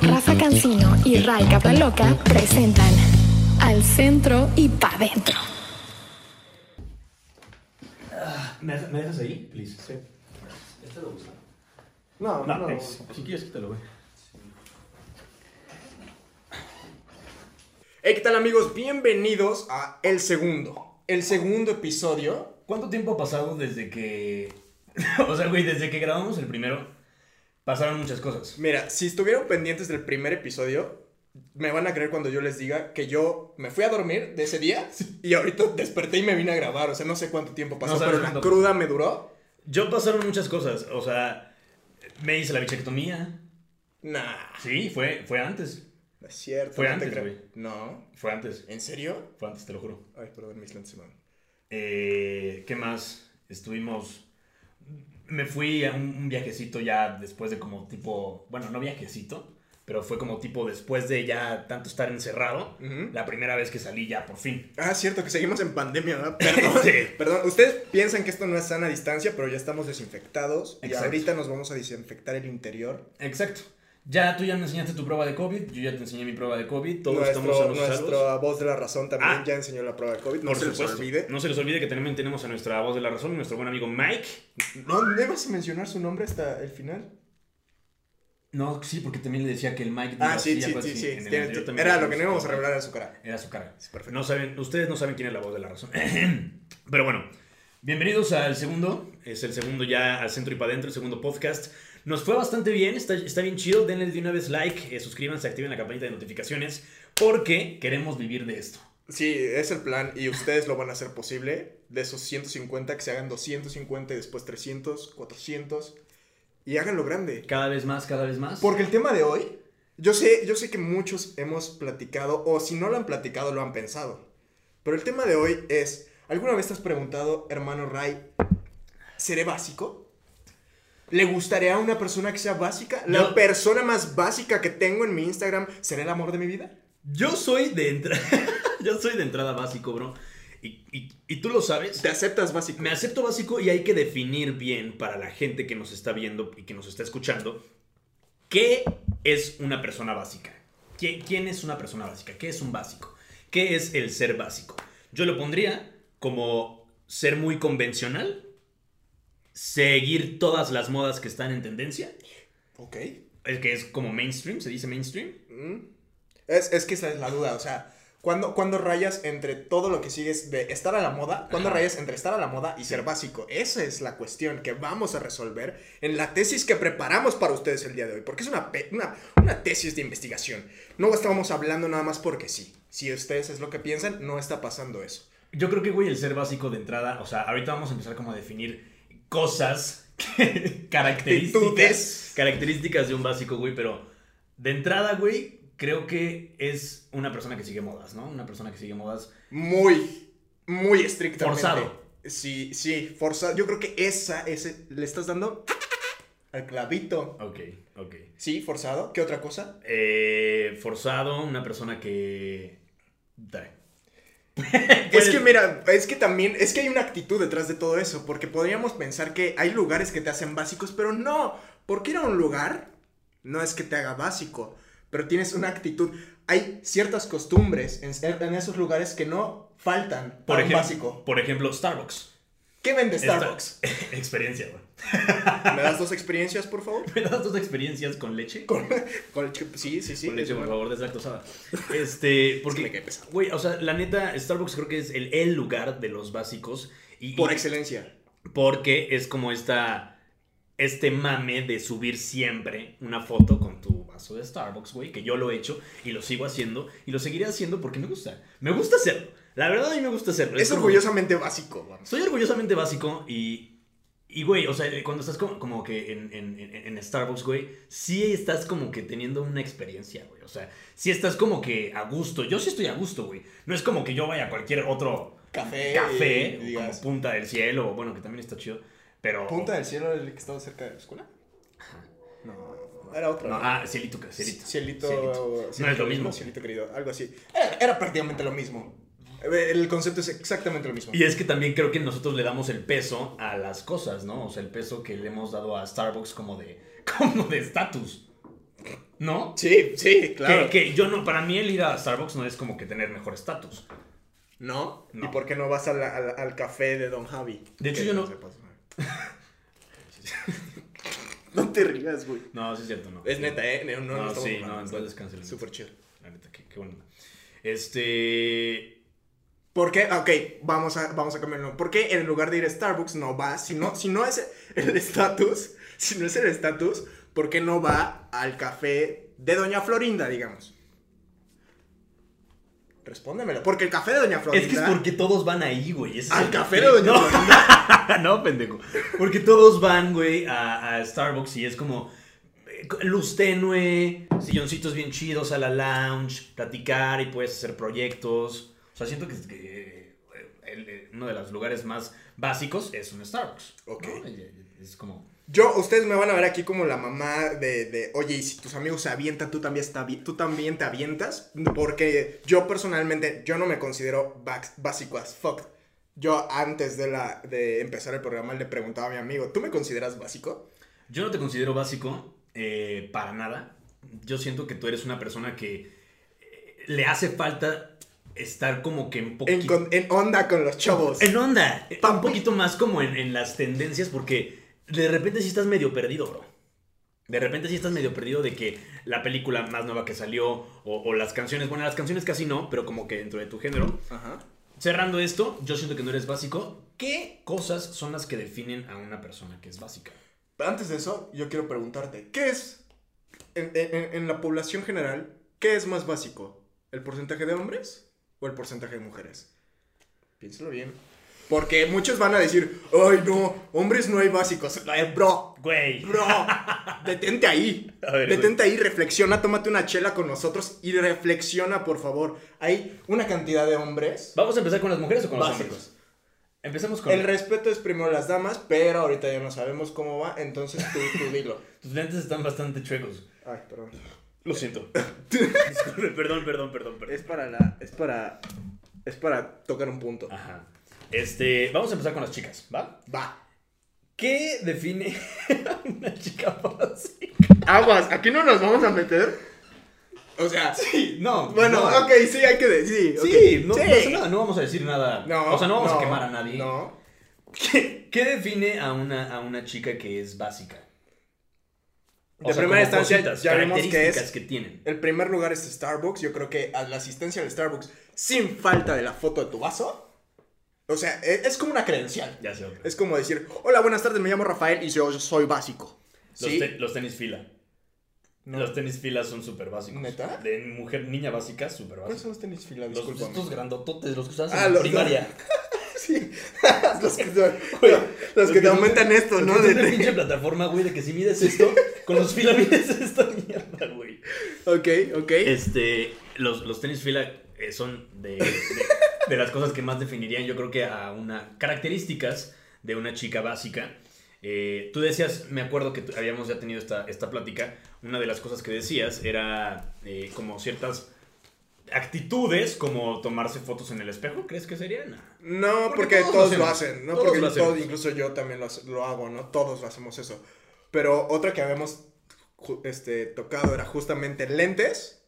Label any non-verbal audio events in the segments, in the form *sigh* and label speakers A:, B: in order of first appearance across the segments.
A: Rafa Cancino y Ray Capaloca presentan Al Centro y Pa' Dentro.
B: ¿Me, dejas- me dejas ahí, please? Sí. Este No,
C: No, no. no.
B: thanks. Si quieres, quítalo, güey.
D: Hey, ¿qué tal amigos? Bienvenidos a El Segundo. El segundo episodio.
B: ¿Cuánto tiempo ha pasado desde que. *laughs* o sea, güey, desde que grabamos el primero, pasaron muchas cosas.
D: Mira, si estuvieron pendientes del primer episodio, me van a creer cuando yo les diga que yo me fui a dormir de ese día y ahorita desperté y me vine a grabar. O sea, no sé cuánto tiempo pasó,
B: No sabes
D: pero la
B: cuánto.
D: cruda me duró.
B: Yo pasaron muchas cosas, o sea, me hice la bichectomía.
D: Nah,
B: Sí, fue, fue antes.
D: no es cierto.
B: Fue
D: no
B: antes,
D: te creo.
B: güey.
D: No,
B: Fue antes.
D: ¿en serio?
B: Fue antes, te lo juro.
D: Ay, perdón, mis lentes se me van.
B: Eh, ¿Qué más? Estuvimos. Me fui a un, un viajecito ya después de como tipo. Bueno, no viajecito, pero fue como tipo después de ya tanto estar encerrado.
D: Ujú.
B: La primera vez que salí ya por fin.
D: Ah, cierto, que seguimos en pandemia,
B: *laughs*
D: ¿verdad? Perdón,
B: Sí.
D: perdón. Ustedes piensan que esto no es sana distancia, pero ya estamos desinfectados y
B: Exacto.
D: ahorita nos vamos a desinfectar el interior.
B: Exacto. Ya tú ya me enseñaste tu prueba de COVID, yo ya te enseñé mi prueba de COVID, todos estamos
D: nuestro,
B: sanos y salvos.
D: nuestra voz de la razón también
B: Ah.
D: ya enseñó la prueba de COVID. No
B: Por
D: se les
B: supuesto.
D: olvide.
B: No se les olvide que también tenemos a nuestra voz de la razón, nuestro buen amigo Mike.
D: No debes mencionar su nombre hasta el final.
B: No, sí, porque también le decía que el Mike...
D: Ah,
B: digo,
D: sí, sí,
B: algo
D: sí,
B: así.
D: sí.
B: pues, En el
D: Tiene-
B: anterior también
D: Era
B: le
D: lo que no
B: dijimos
D: íbamos a
B: Mike.
D: revelar a su cara.
B: Era su cara.
D: Es perfecto.
B: No saben, ustedes no saben quién es la voz de la razón. *clears throat* Pero bueno, bienvenidos al segundo. Es el segundo ya al centro y para adentro, el segundo podcast. Nos fue bastante bien, está, está bien chido. Denle de una vez like, eh, suscríbanse, activen la campanita de notificaciones porque queremos vivir de esto.
D: Sí, es el plan y ustedes lo van a hacer posible. De esos 150 que se hagan 250 y después 300, 400 y háganlo grande.
B: Cada vez más, cada vez más.
D: Porque el tema de hoy, yo sé, yo sé que muchos hemos platicado o si no lo han platicado lo han pensado. Pero el tema de hoy es, ¿alguna vez te has preguntado, hermano Ray, seré básico? ¿Le gustaría a una persona que sea básica? ¿La
B: Yo-
D: persona más básica que tengo en mi Instagram será el amor de mi vida?
B: Yo soy de entrada. *laughs* Yo soy de entrada básico, bro. Y, y- y tú lo sabes.
D: ¿Te aceptas básico?
B: Me acepto básico y hay que definir bien para la gente que nos está viendo y que nos está escuchando qué es una persona básica. ¿Qué- ¿Quién es una persona básica? ¿Qué es un básico? ¿Qué es el ser básico? Yo lo pondría como ser muy convencional, seguir todas las modas que están en tendencia,
D: Ok.
B: el que es como mainstream, se dice mainstream.
D: Mm. Es, es que esa es la duda, o sea, ¿cuándo, cuándo rayas entre todo lo que sigues de estar a la moda? ¿Cuándo
B: Ajá.
D: rayas entre estar a la moda y ser básico? Esa es la cuestión que vamos a resolver en la tesis que preparamos para ustedes el día de hoy, porque es una, pe- una, una tesis de investigación. No estábamos hablando nada más porque sí. Si ustedes es lo que piensan, no está pasando eso.
B: Yo creo que, güey, el ser básico de entrada, o sea, ahorita vamos a empezar como a definir cosas, *laughs* características,
D: Actitudes.
B: características de un básico, güey, pero de entrada, güey, creo que es una persona que sigue modas, ¿no? Una persona que sigue modas.
D: Muy, muy estrictamente.
B: Forzado.
D: Sí, sí, forzado. Yo creo que esa, ese, le estás dando al clavito.
B: Ok, ok.
D: Sí, forzado. ¿Qué otra cosa?
B: Eh, forzado, una persona que... Dale.
D: Es
B: Pues-
D: que mira, es que también, es que hay una actitud detrás de todo eso, porque podríamos pensar que hay lugares que te hacen básicos, pero no, porque ir a un lugar no es que te haga básico, pero tienes una actitud, hay ciertas costumbres en, en esos lugares que no faltan
B: por
D: para Ah, un
B: ejemplo,
D: básico.
B: Por ejemplo, Starbucks.
D: ¿Qué vende
B: Esta- *laughs*
D: Starbucks?
B: experiencia, güey.
D: ¿Me das dos experiencias, por favor?
B: ¿Me das dos experiencias con leche?
D: Con- con- sí, sí, sí.
B: Con leche,
D: es
B: por
D: bueno.
B: favor, deslactosada.
D: *laughs*
B: Este, porque...
D: me cae pesado.
B: Güey, o sea, la neta, Starbucks creo que es el, el lugar de los básicos. Y,
D: Por
B: y-
D: excelencia.
B: Porque es como esta. Este mame de subir siempre una foto con tu vaso de Starbucks, güey, que yo lo he hecho y lo sigo haciendo y lo seguiré haciendo porque me gusta. Me gusta hacerlo. La verdad, a mí me gusta hacerlo.
D: Es
B: como-
D: orgullosamente básico, vamos.
B: Soy orgullosamente básico y. Y, güey, o sea, cuando estás como, como que en, en- en- en Starbucks, güey, sí estás como que teniendo una experiencia, güey. O sea, sí estás como que a gusto. Yo sí estoy a gusto, güey. No es como que yo vaya a cualquier otro
D: Café.
B: café,
D: y
B: o como
D: digas,
B: Punta del Cielo, o bueno, que también está chido, pero...
D: ¿Punta del cielo el que estaba cerca de la escuela? No, era otro.
B: No,
D: ¿no?
B: ah, Cielito, que- Cielito.
D: Cielito,
B: Cielito. No es lo mismo.
D: Cielito querido, algo así. Era, era prácticamente lo mismo. Eh, El concepto es exactamente lo mismo.
B: Y es que también creo que nosotros le damos el peso a las *laughs* cosas, ¿no? O sea, el peso que le hemos dado a Starbucks como de... como de estatus. ¿No?
D: Sí, sí, claro.
B: Que, que yo no, para mí el ir a Starbucks no es como que tener mejor estatus.
D: ¿No?
B: No.
D: ¿Y por qué no vas a la- al, al café de Don Javi?
B: De hecho,
D: Que
B: yo no-
D: sepas,
B: *laughs*
D: güey. no te rías, güey.
B: No, sí es cierto, no.
D: Es neta, ¿eh? No, no,
B: No,
D: estamos
B: sí,
D: mamando,
B: no, entonces
D: está
B: cancelen.
D: Súper chido.
B: La neta, qué, qué buena onda. Este.
D: ¿Por qué? Ah, Ok, vamos a, vamos a cambiarlo. ¿Por qué en lugar de ir a Starbucks no va? Si no, si no es el estatus, *laughs* si no es el estatus, ¿por qué no va al café de Doña Florinda, digamos? Respóndemelo. Porque el café de Doña Florinda.
B: Es que es porque todos van ahí, güey. ese es
D: Al
B: el
D: café de
B: *laughs*
D: Doña
B: No.
D: Florinda.
B: no, pendejo. Porque todos van, güey, a, a Starbucks y es como eh, luz tenue, silloncitos bien chidos a la lounge, platicar y puedes hacer proyectos. O sea, siento que, que, eh, el- eh, uno de los lugares más básicos es un Starbucks. ¿no?
D: Ok.
B: Y- y- Es como...
D: Yo, ustedes me van a ver aquí como la mamá de, de, oye, y si tus amigos se avientan, tú también, está, bien- tú también te avientas. Porque yo personalmente, yo no me considero bax- básico as fuck. Yo antes de, la, de empezar el programa le preguntaba a mi amigo, ¿tú me consideras básico?
B: Yo no te considero básico eh, para nada. Yo siento que tú eres una persona que eh, le hace falta estar como que un
D: En,
B: poquito...
D: con- en onda con los chavos.
B: En onda.
D: Papi.
B: Un poquito más como en, en las tendencias, porque de repente sí estás medio perdido, bro. De repente sí estás medio perdido de que la película más nueva que salió o, o las canciones, bueno, las canciones casi no, pero como que dentro de tu género.
D: Ajá.
B: Cerrando esto, yo siento que no eres básico. ¿Qué cosas son las que definen a una persona que es básica?
D: Pero antes de eso, yo quiero preguntarte, ¿qué es, en, en- en la población general, qué es más básico? ¿El porcentaje de hombres o el porcentaje de mujeres? Piénsalo bien. Porque muchos van a decir, ay no, hombres no hay básicos. Eh, bro,
B: Güey.
D: bro, detente ahí.
B: A ver, güey.
D: detente ahí, reflexiona, tómate una chela con nosotros y reflexiona, por favor. Hay una cantidad de hombres
B: ¿Vamos a empezar con las mujeres o con los
D: básicos.
B: hombres? Empecemos con
D: El respeto es primero las damas, pero ahorita ya no sabemos cómo va, entonces tú, tú dilo.
B: Tus lentes están bastante chuecos.
D: Ay, perdón.
B: Lo siento. *laughs* Disculpe, perdón, perdón, perdón, perdón.
D: Es para la. Es para. Es para tocar un punto.
B: Ajá. Este, vamos a empezar con las chicas, ¿va?
D: Ah. Va.
B: ¿Qué define *laughs* a una chica básica?
D: Aguas, aquí no nos vamos a meter. O sea.
B: Sí, no.
D: Bueno,
B: no.
D: ok, sí, hay que decir.
B: Sí, no pasa nada, no vamos a decir nada. o sea, no vamos a quemar a nadie.
D: No.
B: ¿Qué, qué define a una, a una chica que es básica?
D: De primera
B: como
D: instancia, ya vemos que
B: características
D: es-
B: que tienen.
D: El primer lugar es Starbucks. Yo creo que a la asistencia al Starbucks, sin falta de la foto de tu vaso. O sea, e- es, como una credencial.
B: Ya sé otra.
D: Es como decir, hola, buenas tardes, me llamo Rafael y yo, yo soy básico.
B: Los,
D: ¿Sí?
B: te- los tenis fila.
D: No.
B: Los tenis fila son súper básicos.
D: ¿Neta?
B: De mujer, niña básica, súper
D: ¿Cuáles
B: básicos.
D: son los tenis fila?
B: Los,
D: Discúlpame.
B: estos grandototes, los que usabas
D: Ah,
B: en la
D: los-
B: primaria.
D: *laughs* Sí. *laughs* los que, te-
B: Güey,
D: *laughs* los que te aumentan esto, ¿no?
B: Es
D: De-
B: una pinche plataforma, güey, de que si mides esto, con los fila mides esta mierda, güey.
D: *laughs* Ok, ok.
B: Este, los, los tenis fila eh, son de, de- de las cosas que más definirían, yo creo que a una. características de una chica básica. Eh, tú decías, me acuerdo que tú- habíamos ya tenido esta, esta plática. Una de las cosas que decías era eh, como ciertas actitudes, como tomarse fotos en el espejo. ¿Crees que serían? Nah.
D: No,
B: Porque
D: porque,
B: todos
D: todos,
B: lo
D: lo
B: hacemos.
D: hacen, ¿no?
B: Todos
D: porque
B: lo hacemos.
D: todos, incluso yo también lo, hace- lo hago, ¿no? Todos lo hacemos eso. Pero otra que habíamos ju- este, tocado era justamente lentes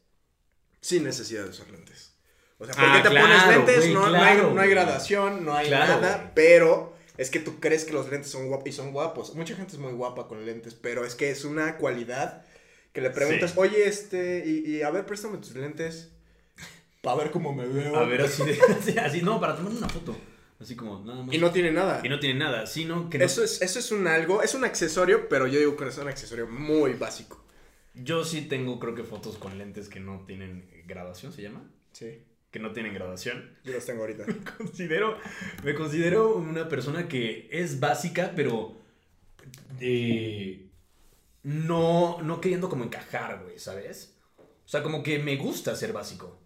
D: sin necesidad de usar lentes. O sea, ¿por
B: Ah,
D: qué te
B: claro,
D: pones lentes?
B: güey,
D: no, no
B: claro,
D: hay, no
B: güey.
D: hay gradación, no hay
B: Claro,
D: nada,
B: güey.
D: pero es que tú crees que los lentes son guapos y son guapos. Mucha gente es muy guapa con lentes, pero es que es una cualidad que le preguntas,
B: Sí.
D: oye, este, y, y a ver, préstame tus lentes para ver cómo me veo.
B: A ver, así, de- *laughs* así, así, no, para tomar una foto. Así como, nada más.
D: Y no tiene nada.
B: Y no tiene nada, sino que no-
D: Eso es, eso es un algo, es un accesorio, pero yo digo que es un accesorio muy básico.
B: Yo sí tengo, creo que fotos con lentes que no tienen graduación, ¿se llama?
D: Sí.
B: Que no tienen graduación. *laughs*
D: Yo los tengo ahorita.
B: Considero, me considero una persona que es básica, pero eh, no, no queriendo como encajar, güey, ¿sabes? O sea, como que me gusta ser básico.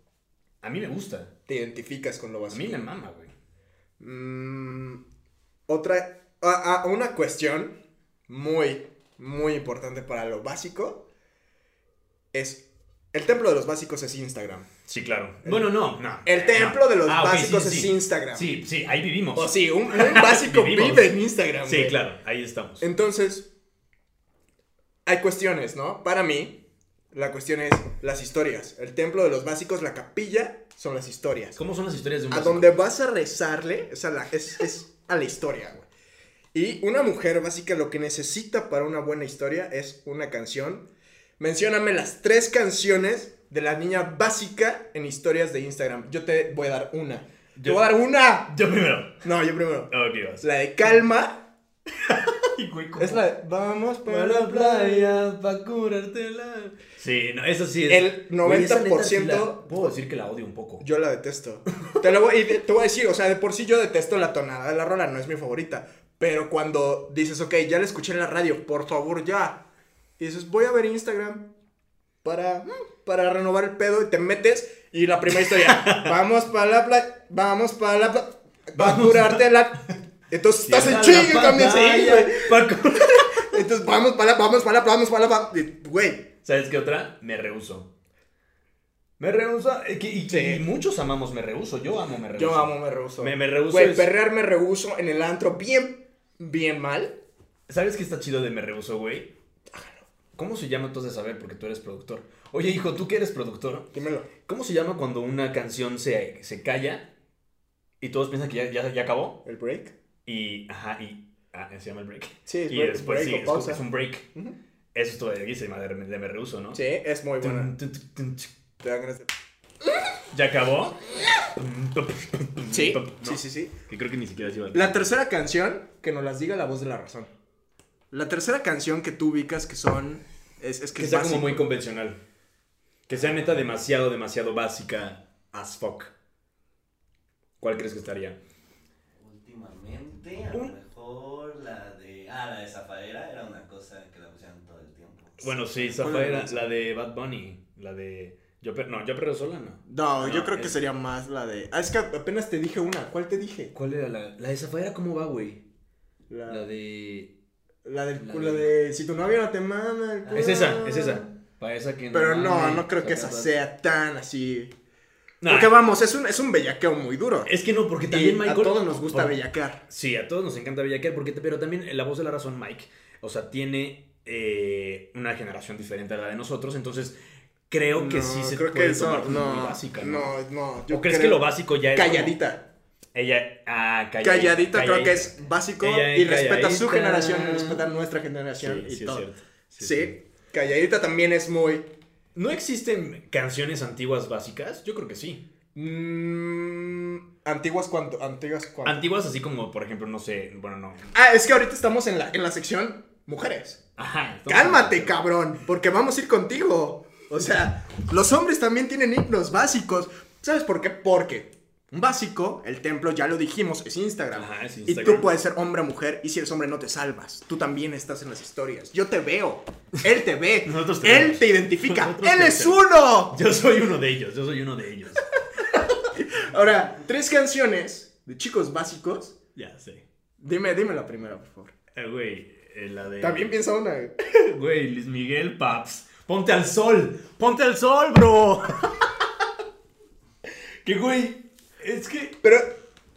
B: A mí me gusta.
D: Te identificas con lo
B: A mí
D: básico.
B: me mama, güey.
D: Mm, otra, a- a- una cuestión muy, muy importante para lo básico es, el templo de los básicos es Instagram.
B: Sí, claro. Bueno, no, no.
D: El templo de los
B: Ah, ok,
D: básicos
B: sí, sí,
D: es
B: sí.
D: Instagram.
B: Sí, sí, ahí vivimos.
D: O sí, un,
B: *laughs*
D: un básico
B: Vivimos.
D: vive en Instagram.
B: sí,
D: güey.
B: claro, ahí estamos.
D: Entonces, hay cuestiones, ¿no? Para mí, La cuestión es las historias. El templo de los básicos, la capilla, son las historias.
B: ¿Cómo son las historias de un
D: A
B: básico?
D: donde vas a rezarle, o sea, la- es, es a la historia, güey. Y una mujer básica lo que necesita para una buena historia es una canción. Mencióname las tres canciones de la niña básica en historias de Instagram. Yo te voy a dar una. Yo... Te
B: Yo-
D: voy a dar una.
B: Yo primero.
D: No, yo primero.
B: Ok, vas.
D: La de calma.
B: Ay, güey, ¿cómo?
D: Es la de vamos para la playa.
B: para curártela. Sí, no, eso sí es.
D: El
B: Güey, esa neta sí
D: 90%
B: la- Puedo decir que la odio un poco.
D: Yo la detesto. *laughs* Te lo voy, y de- te voy a decir, o sea, de por sí yo detesto la tonada de la rola, no es mi favorita. Pero cuando dices, ok, ya la escuché en la radio, por favor ya. Y dices, voy a ver Instagram para, mm, para renovar el pedo y te metes y la
B: *laughs*
D: primera historia, vamos para la playa, vamos para la playa, a
B: Vamos.
D: curarte la... Entonces estás en chinga también, sí, güey. Entonces vamos para la, vamos para la, vamos para la, pa- y, güey.
B: ¿Sabes qué otra? Me rehuso. Me rehuso. eh, que- Y, y muchos amamos Me rehuso. Yo amo Me rehuso.
D: Yo amo, me rehuso.
B: Me, me rehuso.
D: Güey,
B: es-
D: perrear me rehuso en el antro bien, bien mal.
B: ¿Sabes qué está chido de Me rehuso, güey? ¿Cómo se llama entonces? A ver, porque tú eres productor. Oye, hijo, tú que eres productor,
D: Dímelo.
B: ¿cómo se llama cuando una canción se, se calla y todos piensan que ya, ya, ya acabó?
D: ¿El break?
B: Y, ajá, y. Ah, se llama el break.
D: Sí, es
B: y
D: break-
B: después
D: break
B: sí,
D: o
B: es,
D: pausa.
B: es un break.
D: Ujú.
B: Eso estuvo de guísima de, de Me rehuso, ¿no?
D: Sí, es muy
B: Tun,
D: buena.
B: tun, tun, tun, tun.
D: Te dan ganas de-
B: ¿Ya acabó?
D: Sí,
B: ¿No?
D: sí, sí, sí.
B: Que creo que ni siquiera se iba a-
D: La tercera canción, que nos las diga la voz de la razón. La tercera canción que tú ubicas que son... Es, es que
B: Que
D: es
B: sea
D: básico.
B: como muy convencional. Que sea neta demasiado, demasiado básica as fuck. ¿Cuál crees que estaría?
C: Últimamente, a lo mejor la de. Ah, la de Zafaera era una cosa que la pusieron todo el tiempo.
B: Bueno, sí,
D: ¿Cuál
B: Zafaera,
D: es?
B: la de Bad Bunny, la de... Yo per- No, yo pero sola, no.
D: No, yo
B: No,
D: creo que
B: es-
D: sería más la de... Ah, es que apenas te dije una. ¿Cuál te dije?
B: ¿Cuál era la...? La de Zafaera, ¿cómo va, güey?
D: La,
B: La de...
D: la del-
B: la
D: la
B: de- Ah,
D: de... Si tu novia no te mama... el
B: Es esa,
D: culo".
B: es esa. Para esa que...
D: Pero no, no creo que esa sea tan así.
B: No,
D: Porque vamos, es un, es un bellaqueo muy duro.
B: es que no, porque
D: Y
B: también Michael...
D: a todos nos gusta
B: Por-
D: bellaquear.
B: Sí, a todos nos encanta Bellaquear, porque, pero también la voz de la razón, Mike, o sea, tiene eh, una generación diferente a la de nosotros, entonces creo que
D: No,
B: sí se
D: creo
B: puede
D: que eso,
B: tomar como
D: no,
B: muy básica, ¿no?
D: no, no,
B: ¿O crees que lo básico ya es como-
D: Calladita.
B: ella, ah, calladita,
D: Calladita, creo que
B: calladita.
D: es básico
B: Ella
D: y
B: es
D: respeta su
B: calladita.
D: generación y respeta nuestra
B: Sí,
D: generación y
B: sí es
D: todo.
B: cierto,
D: sí,
B: sí, sí.
D: calladita también es muy.
B: ¿No existen canciones antiguas básicas? Yo creo que sí.
D: mm, antiguas cuanto. Antiguas cuanto.
B: Antiguas así como, por ejemplo, no sé, bueno, no.
D: ah, es que ahorita estamos en la, en la sección mujeres.
B: Ajá. entonces-
D: Cálmate, cabrón, porque vamos a ir contigo. O sea, los hombres también tienen himnos básicos. ¿Sabes por qué? Porque un básico, el templo, ya lo dijimos, es Instagram.
B: Ajá, es
D: Y
B: Instagram.
D: tú puedes ser hombre o mujer, y si eres hombre no te salvas. Tú también estás en las historias. Yo te veo. Él te ve.
B: *laughs* Nosotros te
D: Él
B: vemos.
D: te
B: *laughs*
D: identifica.
B: Nosotros
D: Él
B: te
D: es
B: vemos.
D: uno.
B: Yo soy uno de ellos, yo soy uno de ellos.
D: Ahora, tres canciones de chicos básicos.
B: ya sé.
D: Dime, dime la primera, por favor.
B: Eh, güey, eh, la de... *laughs*
D: También piensa una. güey.
B: Güey, Luis Miguel Paps. Ponte al sol. Ponte al sol, bro. *laughs* que güey. Es que.
D: Pero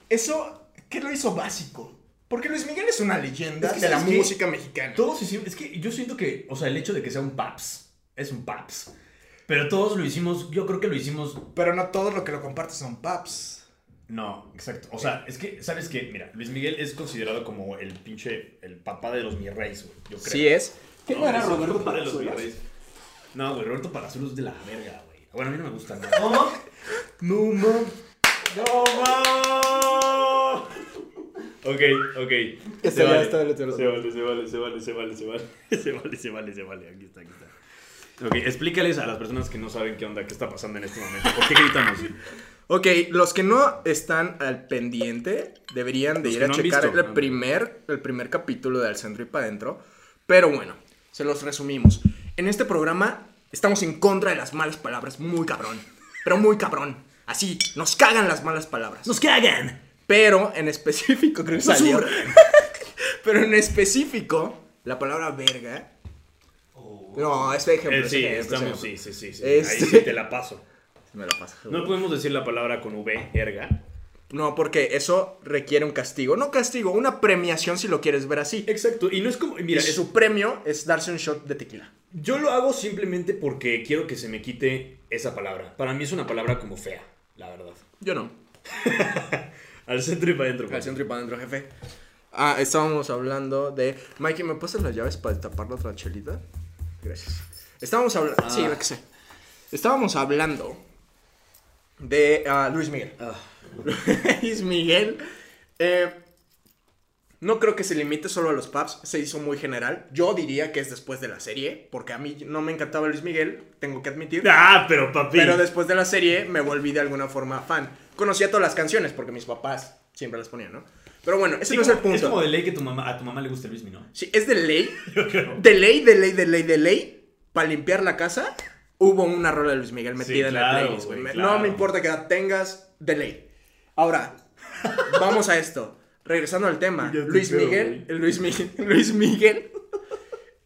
D: eso, ¿qué lo hizo básico? Porque Luis Miguel es una leyenda
B: Es que
D: de la
B: ¿sabes qué?
D: música mexicana.
B: Todos hicimos. Es que yo siento que. O sea, el hecho de que sea un Paps. Es un Paps. Pero todos lo hicimos. Yo creo que lo hicimos.
D: Pero no todo lo que lo compartes son paps.
B: No, exacto. O sea, es que, ¿sabes qué? Mira, Luis Miguel es considerado como el pinche. El papá de los mi reyes, güey. Yo creo.
D: es. ¿Qué
B: No,
D: no era
B: es el
D: Roberto
B: papá de los
D: Palazuelos?
B: Mirreis. No, güey, Roberto Palazuelos es de la verga, güey. Bueno, a mí no me gusta nada.
C: ¿Cómo?
B: No mames. No mames. Ok, ok.
D: Está
B: Se
D: ya,
B: vale.
D: está del otro lado.
B: Se vale, se vale, se vale, se vale, se vale. *laughs* Se vale, se vale, se vale. Aquí está, aquí está. Ok, explícales a las personas que no saben qué onda, qué está pasando en este momento. ¿Por qué gritamos?
D: Ok, los que no están al pendiente deberían de
B: Los
D: ir
B: que
D: a
B: no han
D: checar
B: visto.
D: el, primer, el primer capítulo de Al Centro y para Adentro. Pero bueno, se los resumimos. En este programa estamos en contra de las malas palabras, muy cabrón. Pero muy cabrón. Así, nos cagan las malas palabras.
B: ¡Nos cagan!
D: Pero en específico, *laughs* creo que salió.
B: zurran.
D: Pero en específico, la palabra verga.
C: Oh.
D: No, es ejemplo. es
B: Eh, sí,
D: ejemplo, es
B: estamos, sí, sí,
D: ejemplo.
B: sí. sí.
D: Este-
B: Ahí sí te la paso.
D: Me lo pasa.
B: No podemos decir la palabra con V, erga.
D: No, porque eso requiere un castigo. No castigo, una premiación si lo quieres ver así.
B: Exacto, y no es como. Mira,
D: Mira,
B: es,
D: su premio es darse un shot de tequila.
B: Yo lo hago simplemente porque quiero que se me quite esa palabra. Para mí es una palabra como fea, la verdad.
D: Yo no.
B: Al centro y para adentro. pues.
D: Al centro y para adentro, jefe. Ah, estábamos hablando de. Mikey, ¿me pasas las llaves para tapar la otra chelita? Gracias. Estábamos hablando. Sí, lo que sé. Estábamos hablando de ah, Luis Miguel. *laughs* Luis Miguel. eh, no creo que se limite solo a los pubs. Se hizo muy general. Yo diría que es después de la serie. Porque a mí no me encantaba Luis Miguel. Tengo que *laughs* admitir.
B: Ah, pero papi.
D: Pero después de la serie me volví de alguna forma fan. Conocía todas las canciones porque mis papás siempre las ponían, ¿no? Pero bueno, ese
B: Sí,
D: no es
B: como-
D: el punto.
B: Es como de ley que tu mamá, a tu mamá le gusta Luis Miguel, ¿no?
D: Sí, es de ley.
B: *laughs* Yo creo.
D: De ley, de ley, de ley, de ley. Para limpiar la casa, hubo una rola de Luis Miguel metida
B: Sí,
D: en la
B: claro,
D: playlist, güey.
B: güey,
D: Me-
B: claro.
D: No me importa que la tengas, de ley. Ahora, vamos a esto. Regresando al tema,
B: Ya te
D: Luis
B: creo,
D: Miguel, Luis Miguel, *laughs* Luis Miguel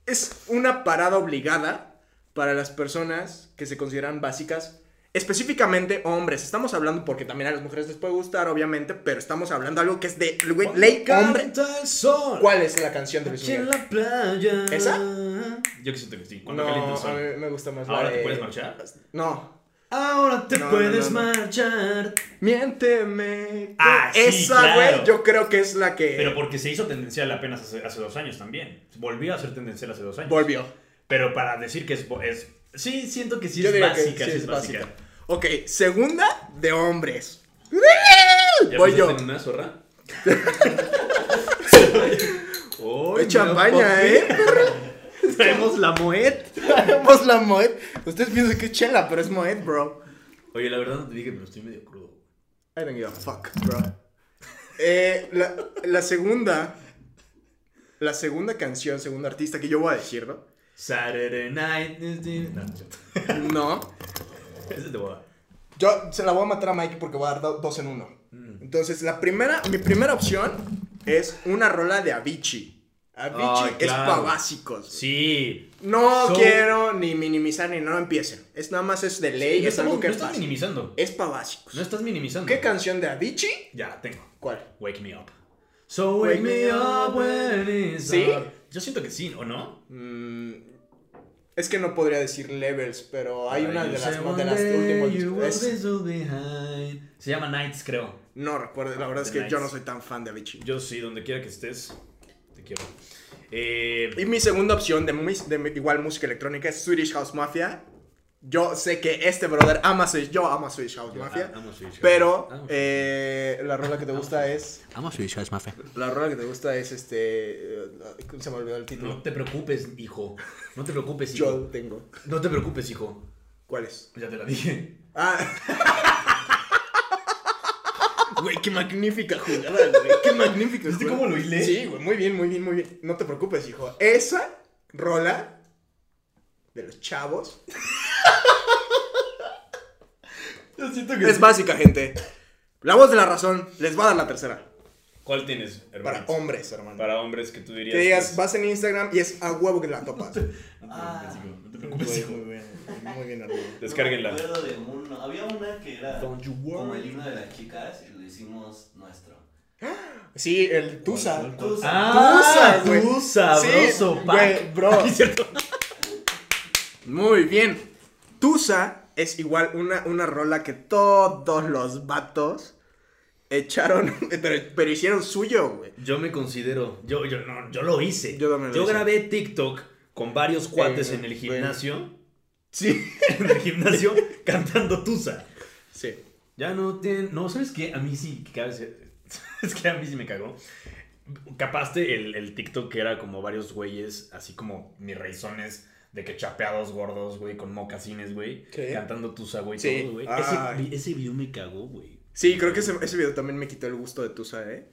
D: es una parada obligada para las personas que se consideran básicas, específicamente hombres. Estamos hablando porque también a las mujeres les puede gustar, obviamente, pero estamos hablando algo que es de güey, ley hombre.
B: Canta el sol.
D: ¿Cuál es la canción de Luis
B: Aquí en
D: Miguel?
B: la playa.
D: ¿Esa?
B: Yo que siento que sí. Cuando calienta
D: No,
B: el
D: a
B: sol.
D: mí me gusta más. la
B: ¿Ahora te
D: de-
B: puedes marchar?
D: No.
B: Ahora te
D: No, no,
B: puedes
D: no, no.
B: marchar.
D: Miénteme.
B: Ah, sí,
D: Esa,
B: claro.
D: güey, yo creo que es la que
B: Pero porque se hizo tendencial apenas hace, hace dos años también. Volvió a ser tendencial hace dos años.
D: volvió.
B: Pero para decir que es. bo- es sí, siento que sí
D: yo
B: es
D: diría que
B: básica.
D: sí
B: sí es básica.
D: Ok, segunda de hombres.
B: ¿Ya
D: Voy
B: pensaste
D: yo.
B: en una zorra?
D: Hay champaña, ¿eh?
B: Traemos la Moet.
D: *laughs* Traemos la Moet. Ustedes piensan que es chela, pero es Moet, bro.
B: Oye, la verdad no te dije, pero estoy medio crudo.
D: I don't give a fuck, bro. Eh, la, la segunda. La segunda canción, segundo artista que yo voy a decir, ¿no?
B: Saturday night. is the- No, no es cierto.
D: No.
B: Ese te voy a dar.
D: Yo se la voy a matar a Mikey porque voy a dar do- dos en uno.
B: Mm.
D: Entonces, la primera, mi primera opción es una rola de Avicii. Avicii
B: Ay,
D: es
B: claro.
D: para básicos. güey.
B: Sí.
D: No
B: So-
D: quiero ni minimizar ni no empiecen. Es nada más es de ley,
B: no
D: es algo
B: estamos-
D: que
B: no
D: es
B: estás
D: básico.
B: minimizando.
D: Es para básicos.
B: No estás minimizando.
D: ¿Qué canción de Avicii?
B: Ya, tengo.
D: ¿Cuál?
B: Wake me up. So wake me up when it's
D: ¿Sí?
B: up. Yo siento que sí, ¿o no?
D: Mm, es que no podría decir levels, pero hay una
B: You
D: de las,
B: say one
D: de las
B: day you will
D: últimas. es-
B: be so behind. Se llama Nights, creo.
D: no recuerdo, la verdad es
B: The
D: que yo
B: Nights.
D: no soy tan fan de Avicii.
B: Yo sí, donde quiera que estés, te quiero. Eh,
D: Y mi segunda opción de, mis- de mi- igual música electrónica es Swedish House Mafia. Yo sé que este brother ama Swedish, yo amo Swedish House Mafia.
B: a- amo Swedish House. Ah,
D: pero
B: Amo Swedish
D: eh, la rola que
B: Ah,
D: te gusta es
B: Amo Swedish House Mafia.
D: la rola que te gusta es este eh, se me olvidó el título.
B: No te preocupes, hijo. No te preocupes, hijo.
D: yo lo tengo.
B: No te preocupes, hijo.
D: ¿Cuál es?
B: Ya te la dije.
D: Ah. *laughs* Güey, qué magnífica jugada, güey. Qué magnífica.
B: ¿Viste
D: jugada.
B: cómo lo hilé?
D: Sí, güey, muy bien, muy bien, muy bien. No te preocupes, hijo. Esa rola de los chavos
B: *laughs* Yo siento que.
D: Es básica, gente. La voz de la razón les va a dar la tercera.
B: ¿Cuál tienes, hermano?
D: Para hombres, hermano.
B: Para hombres que tú dirías.
D: que digas,
B: es-
D: vas en Instagram y es a huevo que la
B: *laughs*
D: topas.
C: Ah.
B: No te preocupes, hijo.
D: muy bien, muy bien, Arturo.
B: Descárguenla.
C: No me acuerdo de uno. Había una que era
B: Don't you worry.
C: como el himno de las chicas y lo hicimos nuestro.
D: Sí, el Tusa.
C: Tusa.
B: Ah,
D: Tusa, güey.
B: tú sabroso,
D: Sí,
B: pack.
D: güey, bro.
B: Es cierto.
D: Muy bien. Tusa es igual una, una rola que todos los vatos echaron, *laughs* pero, pero hicieron suyo, güey.
B: Yo me considero, yo, yo, no, yo lo hice.
D: Yo también lo hice.
B: grabé TikTok con varios cuates
D: Eh,
B: en el
D: bueno.
B: gimnasio,
D: Sí.
B: *laughs* en el gimnasio, cantando Tusa.
D: Sí.
B: Ya no tienen, no, ¿sabes qué? A mí sí, que cada vez- *laughs* es que a mí sí me cagó. Capaste el, el TikTok que era como varios güeyes, así como mis reizones, de que chapeados gordos, güey, con mocasines, güey,
D: Sí.
B: cantando Tusa, güey,
D: Sí.
B: todo, güey.
D: Ay.
B: Ese, ese video me cagó, güey.
D: Sí, creo que ese, ese video también me quitó el gusto de Tusa, ¿eh?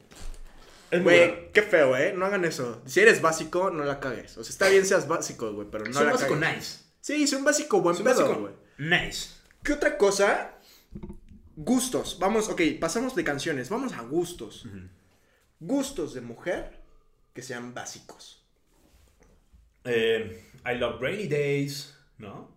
B: Es muy raro.
D: Güey, qué feo, ¿eh? No hagan eso. Si eres básico, no la cagues. O sea, está bien seas básico, güey, pero no
B: Son
D: la
B: básico
D: cagues.
B: nice.
D: Sí, soy un básico buen
B: Son
D: pedo,
B: básico
D: güey.
B: nice.
D: ¿Qué otra cosa? Gustos. Vamos, ok, pasamos de canciones, vamos a gustos. Gustos de mujer que sean básicos.
B: Eh, I love rainy days, ¿no?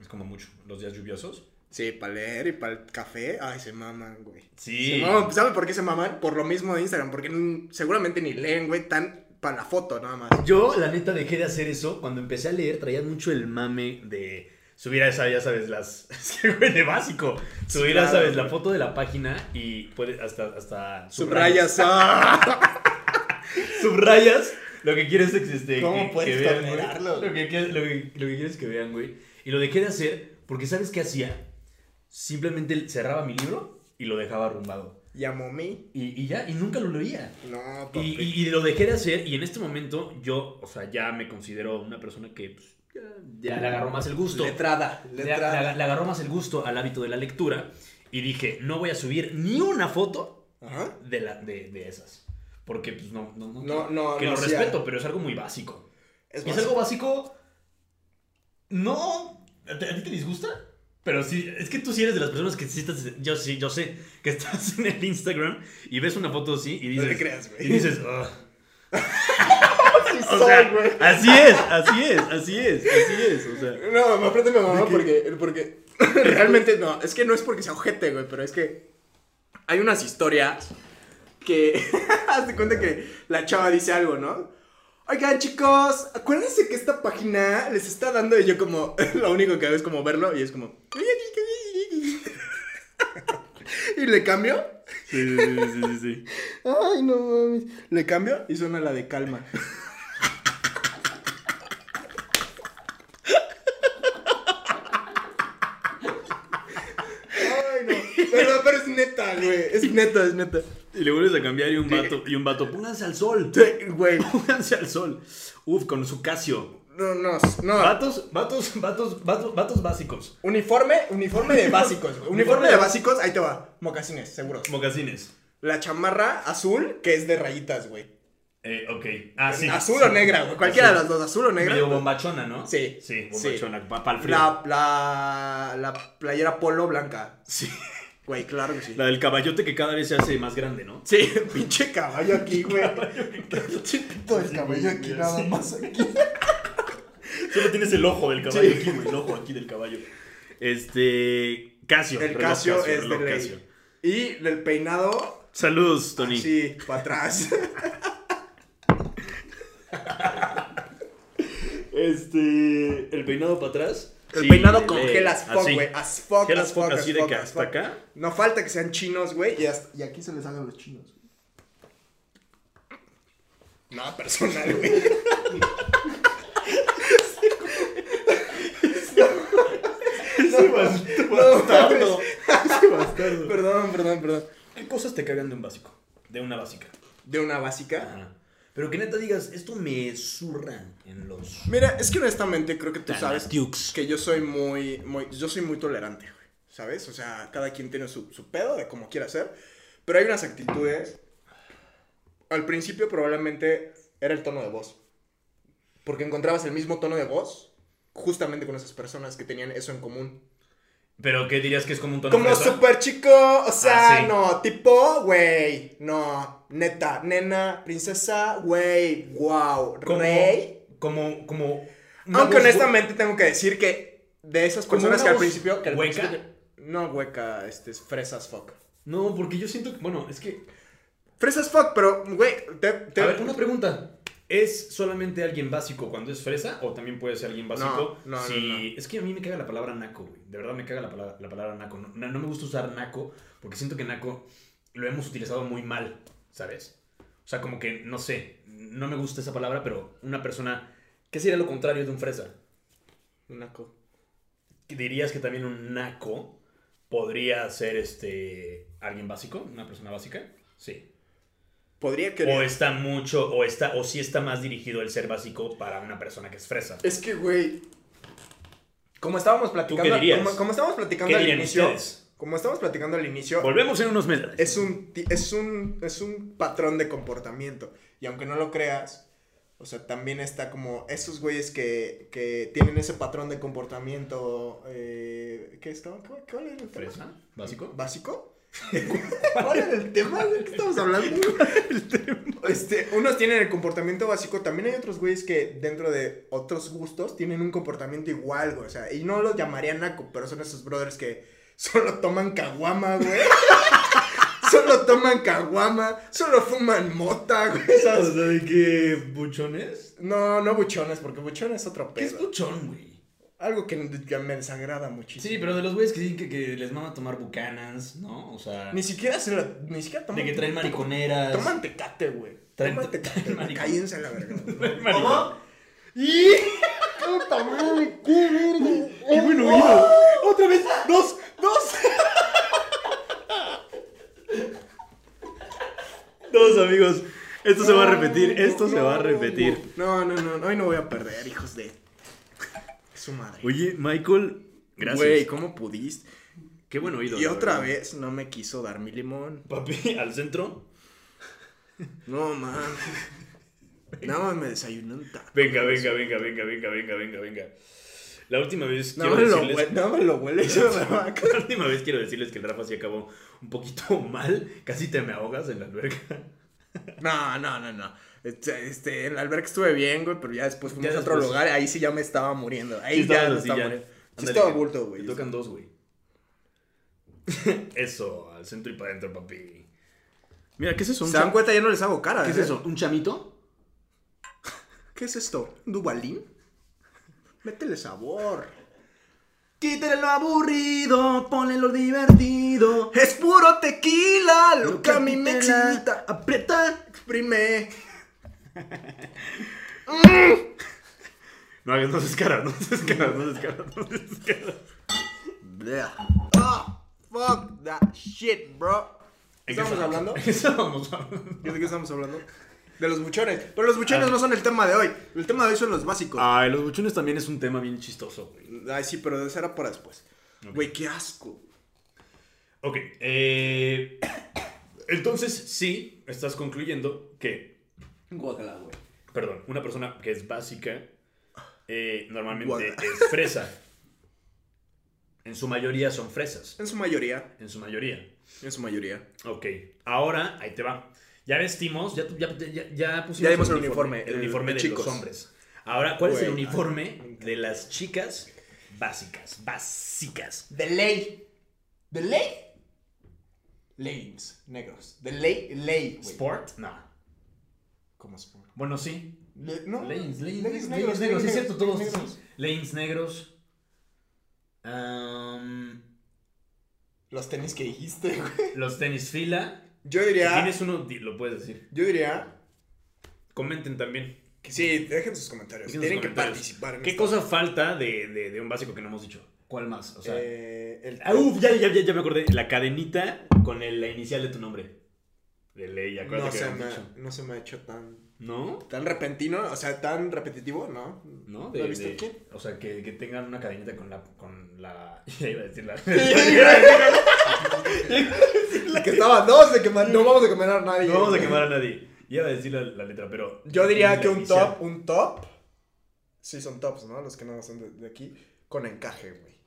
B: Es como mucho, los días lluviosos.
D: Sí, para leer y para el café. Ay, se maman, güey.
B: Sí.
D: Se maman. ¿Saben por qué se maman? Por lo mismo de Instagram, porque mm, seguramente ni leen, güey, tan para la foto nada más.
B: Yo, la neta, dejé de hacer eso. Cuando empecé a leer, traía mucho el mame de subir a esa, ya sabes, las. *laughs* Es que, güey, de básico. Subir, ya
D: claro,
B: sabes, la
D: güey.
B: foto de la página y puedes hasta. hasta
D: Subrayas. ah. *laughs*
B: Subrayas lo que quieres este,
D: ¿Cómo
B: que,
D: puedes
B: que vean, güey.
D: tolerarlo?
B: Lo que, quieres- lo que- lo que quieres que vean, güey. Y lo dejé de hacer porque, ¿sabes qué hacía? Simplemente cerraba mi libro y lo dejaba arrumbado.
D: ¿Y a momí?
B: Y, y ya, y nunca lo leía.
D: No,
B: Y,
D: papi.
B: y- y lo dejé de hacer y en este momento yo, o sea, ya me considero una persona que pues, ya, ya le agarró más el gusto.
D: Letrada,
B: Le, le aga- le agarró más el gusto al hábito de la lectura y dije, no voy a subir ni una foto
D: Ajá.
B: de, la, de, de esas. Porque pues no, no, no.
D: No, no,
B: que
D: no,
B: lo
D: sí,
B: respeto, pero es algo muy básico.
D: Es
B: Y es
D: más-
B: algo básico. No. ¿A ti a ti te disgusta? Pero sí, es que tú sí eres de las personas que sí estás. Yo sí, yo sé que estás en el Instagram y ves una foto así y
D: No
B: dices.
D: te creas,
B: Y
D: güey.
B: dices, "Ugh".
D: *laughs*
B: o
D: soy,
B: sea,
D: *laughs* güey.
B: así es, así es, así es, así es, o sea.
D: No, me aprieta mi mamá porque, porque *laughs* realmente no, es que no es porque sea ojete, güey, pero es que hay unas historias que *laughs* hazte cuenta que la chava dice algo, ¿no? Oigan, chicos, acuérdense que esta página les está dando y yo como *laughs* lo único que hago es como verlo y es como *laughs* y le cambio.
B: Sí, sí, sí, sí, sí.
D: Ay, no mames. Le cambio y suena la de calma. Ay, no. Pero, pero es neta, güey. Es neta, es neta.
B: Y le vuelves a cambiar y un vato, y un vato, pónganse al sol,
D: Sí, Güey.
B: pónganse al sol. Uf, con su Casio.
D: No, no, no.
B: Vatos, vatos, vatos, vatos, vatos básicos.
D: Uniforme, uniforme de básicos, güey. Uniforme de básicos, ahí te va. Mocasines, seguro.
B: Mocasines.
D: La chamarra azul, que es de rayitas, güey.
B: Eh, ok. Ah, sí.
D: azul
B: sí.
D: o negra, güey. Cualquiera de
B: Azul.
D: las dos, azul o negra.
B: Medio bombachona, ¿no?
D: Sí.
B: Sí,
D: Sí.
B: bombachona, para el frío.
D: La, la, la playera polo blanca.
B: Sí.
D: Güey, claro que sí.
B: La del caballote que cada vez se hace más grande, ¿no?
D: Sí, *laughs* pinche caballo aquí, güey. *laughs* Pinche pito del caballo aquí, nada más aquí.
B: Solo tienes el ojo del caballo aquí, güey, el ojo aquí del caballo. Este. Casio.
D: El
B: reloj
D: Casio es
B: reloj
D: de ley. Y el peinado,
B: Saludos, Tony.
D: sí, para atrás.
B: Este. El peinado para atrás.
D: *laughs* El
B: Sí,
D: peinado
B: de
D: con
B: ley.
D: gel as fuck,
B: Así.
D: güey. As fuck,
B: Gel
D: as
B: as fuck,
D: fuck,
B: así
D: as
B: de
D: fuck,
B: que
D: as
B: hasta
D: fuck.
B: acá.
D: No falta que sean chinos, güey. Y, hasta- y aquí se les hagan los chinos. No, personal,
B: *laughs*
D: güey.
B: *laughs* Ese bas- bastardo. *laughs* Ese bastardo.
D: Perdón, perdón, perdón.
B: ¿Qué cosas te cagan de un básico? De una básica.
D: De una básica.
B: Ajá. Pero que neta digas, esto me zurra en los.
D: Mira, es que honestamente creo que tú sabes
B: Dukes.
D: que yo soy muy, muy, yo soy muy tolerante, güey, ¿sabes? O sea, cada quien tiene su, su pedo de cómo quiera ser, pero hay unas actitudes, al principio probablemente era el tono de voz, porque encontrabas el mismo tono de voz justamente con esas personas que tenían eso en común.
B: Pero que dirías que es como un tono
D: Como
B: fresa?
D: super chico, o
B: Ah,
D: sea,
B: sí.
D: no, tipo, güey, no, neta, nena, princesa, güey, wow,
B: como,
D: rey.
B: Como, como.
D: Aunque honestamente tengo que decir que de esas
B: Como
D: personas
B: una
D: que al
B: voz
D: principio. que al
B: hueca.
D: principio- no, hueca, este, es fresas fuck.
B: No, porque yo siento que. Bueno, es que.
D: Fresas fuck, pero, güey, te. te-
B: A ver, una pregunta. ¿Es solamente alguien básico cuando es fresa? ¿O también puede ser alguien básico?
D: No, no,
B: si...
D: no, no.
B: Es que a mí me caga la palabra naco, güey. De verdad me caga la palabra, la palabra naco. No, no- no me gusta usar naco porque siento que naco lo hemos utilizado muy mal, ¿sabes? O sea, como que, no sé, no me gusta esa palabra, pero una persona... ¿Qué sería lo contrario de un fresa?
D: Naco.
B: ¿Dirías que también un naco podría ser este alguien básico? ¿Una persona básica? Sí.
D: Podría que.
B: O está mucho, o está, o sí está más dirigido el ser básico para una persona que es fresa.
D: Es que, güey. Como estábamos platicando.
B: qué dirías?
D: Como, como estábamos platicando
B: ¿Qué
D: al
B: dirían
D: inicio.
B: ustedes?
D: Como estábamos platicando al inicio.
B: Volvemos en unos meses.
D: es un, ti- es un, es un patrón de comportamiento. Y aunque no lo creas, o sea, también está como esos güeyes que, que tienen ese patrón de comportamiento. Eh, ¿Qué es? ¿Cómo- cómo- ¿Cuál era el tema?
B: fresa, básico.
D: ¿Básico?
B: *laughs*
D: ¿Cuál era el tema? ¿De qué estamos hablando? Este, unos tienen el comportamiento básico, también hay otros güeyes que dentro de otros gustos tienen un comportamiento igual, güey. O sea, y no los llamaría naco, pero son esos brothers que solo toman caguama, güey. Son *laughs* solo toman caguama, solo fuman mota, güey.
B: O sea, ¿de qué buchones?
D: No, no buchones, porque buchón es otro
B: ¿Qué es
D: pedo.
B: buchón, güey?
D: Algo que me desagrada muchísimo.
B: Sí, pero de los güeyes que dicen que, que les mama tomar bucanas, ¿no? O sea,
D: Ni siquiera se lo. Ni siquiera toman.
B: de que traen mariconeras.
D: Toman tecate, güey.
B: Traen-
D: Toman tecate.
B: traen
D: güey.
B: maricón.
D: Cállense a la verga. güey.
C: ¿Cómo?
D: ¡Y! ¡Puta madre! ¡Qué verga!
B: ¡Qué buen oído!
D: ¡Otra vez! ¡Dos! ¡Dos!
B: Todos amigos, esto se va a repetir, esto se va a
D: No,
B: repetir.
D: No, no, no, no, hoy no voy a perder, hijos de. Su madre.
B: Oye, Michael, gracias.
D: Güey, ¿cómo pudiste?
B: qué buen oído.
D: Y
B: la
D: otra
B: verdad.
D: vez no me quiso dar mi limón.
B: Papi, *laughs* al centro.
D: No, man. Nada más me desayuné un taco.
B: Venga, venga, venga, venga, venga, venga, venga, venga. La última vez
D: Nada
B: quiero
D: más lo,
B: decirles.
D: hue- nada más lo huele y
B: *laughs*
D: se me va a caer.
B: La última vez quiero decirles que el Rafa sí acabó un poquito *laughs* mal. Casi te me ahogas en la alberca. *laughs*
D: No, no, no, no. Este, este, en la alberca estuve bien, güey, pero ya después fuimos
B: Ya
D: a otro
B: después.
D: lugar. Ahí sí ya me estaba muriendo. Ahí
B: Sí,
D: ya
B: estabas
D: me
B: así,
D: estaba
B: ya.
D: muriendo. Sí
B: Ándale,
D: estaba
B: que
D: bulto, güey.
B: Te tocan dos, güey. *laughs* Eso, al centro y para adentro, papi. Mira, ¿qué es eso?
D: ¿Se dan cuenta? Ya no les hago cara.
B: ¿Qué es
D: ¿eh?
B: eso? ¿Un chamito?
D: ¿Qué es esto? ¿Un dubalín? Métele sabor. Quítale lo aburrido, ponle lo divertido. Es puro tequila, lo que a mí me
B: Capitela,
D: excita. Aprieta, exprime.
B: No, no se escaras, no se escaras, no se escaras, no se escaras.
D: Bleh. Ah, fuck that shit, bro. ¿Qué
B: *laughs*
D: estamos hablando?
B: Estábamos hablando.
D: ¿De qué estamos hablando? De los buchones. Pero los buchones no son el tema de hoy. El tema de hoy son los básicos.
B: Ay, los buchones también es un tema bien chistoso, güey.
D: Ay, sí, pero eso era para después. Güey, qué asco.
B: Ok, eh, entonces sí, estás concluyendo que,
C: Guácala, güey.
B: perdón, una persona que es básica eh, normalmente
D: Guarda.
B: es fresa. En su mayoría son fresas,
D: En su mayoría.
B: en su mayoría.
D: En su mayoría.
B: Ok, ahora ahí te va. Ya vestimos, ya, ya, ya, ya pusimos
D: Ya dimos el uniforme,
B: el
D: el
B: uniforme de
D: de chicos.
B: los hombres. Ahora, ¿cuál es el
D: Güey, ah,
B: uniforme de las chicas básicas? Básicas.
E: De ley. ¿De ley? Leggings, negros. De ley, ley, güey.
B: ¿Sport? No.
D: ¿Cómo sport?
B: Bueno, sí.
D: Le- no.
B: Lanes, lanes, negros,
D: Leggings negros,
B: negros, sí es
D: leggings
B: cierto, todos
D: negros.
B: esos. Lanes negros. Am,
D: Los tenis que dijiste, güey.
B: los tenis fila.
D: Yo
B: Si
D: diría.
B: tienes uno, di- lo puedes decir.
D: Yo diría.
B: Comenten también.
D: que sí, dejen sus
B: Dejen
D: comentarios.
B: sus
D: Pues Tienen que
B: comentarios.
D: participar. en
B: ¿Qué
D: esto.
B: cosa falta de, de- de un básico que no hemos dicho? ¿Cuál más? O sea,
D: Eh, el-
B: ah, uf, ya, ya, ya, ya me acordé. La cadenita con el- la inicial de tu nombre. De ley, acuérdate
D: no,
B: que
D: se
B: habíamos
D: me,
B: dicho.
D: no se me ha hecho tan.
B: ¿No?
D: Tan repentino, o sea, tan repetitivo, ¿no?
B: ¿No?
D: ¿Lo viste
B: de-
D: aquí?
B: O sea, que, que tengan una cadenita con la. Con la *laughs* ya iba a decir
D: *laughs*
B: la.
D: que estaba dos de quemar. No vamos a quemar a nadie.
B: No vamos a quemar a nadie. Iba a decir la, la letra, pero.
D: Yo diría
B: La
D: que un
B: inicial.
D: top, un top. Sí, son tops, ¿no? Los que no son de, de aquí. Con encaje, güey.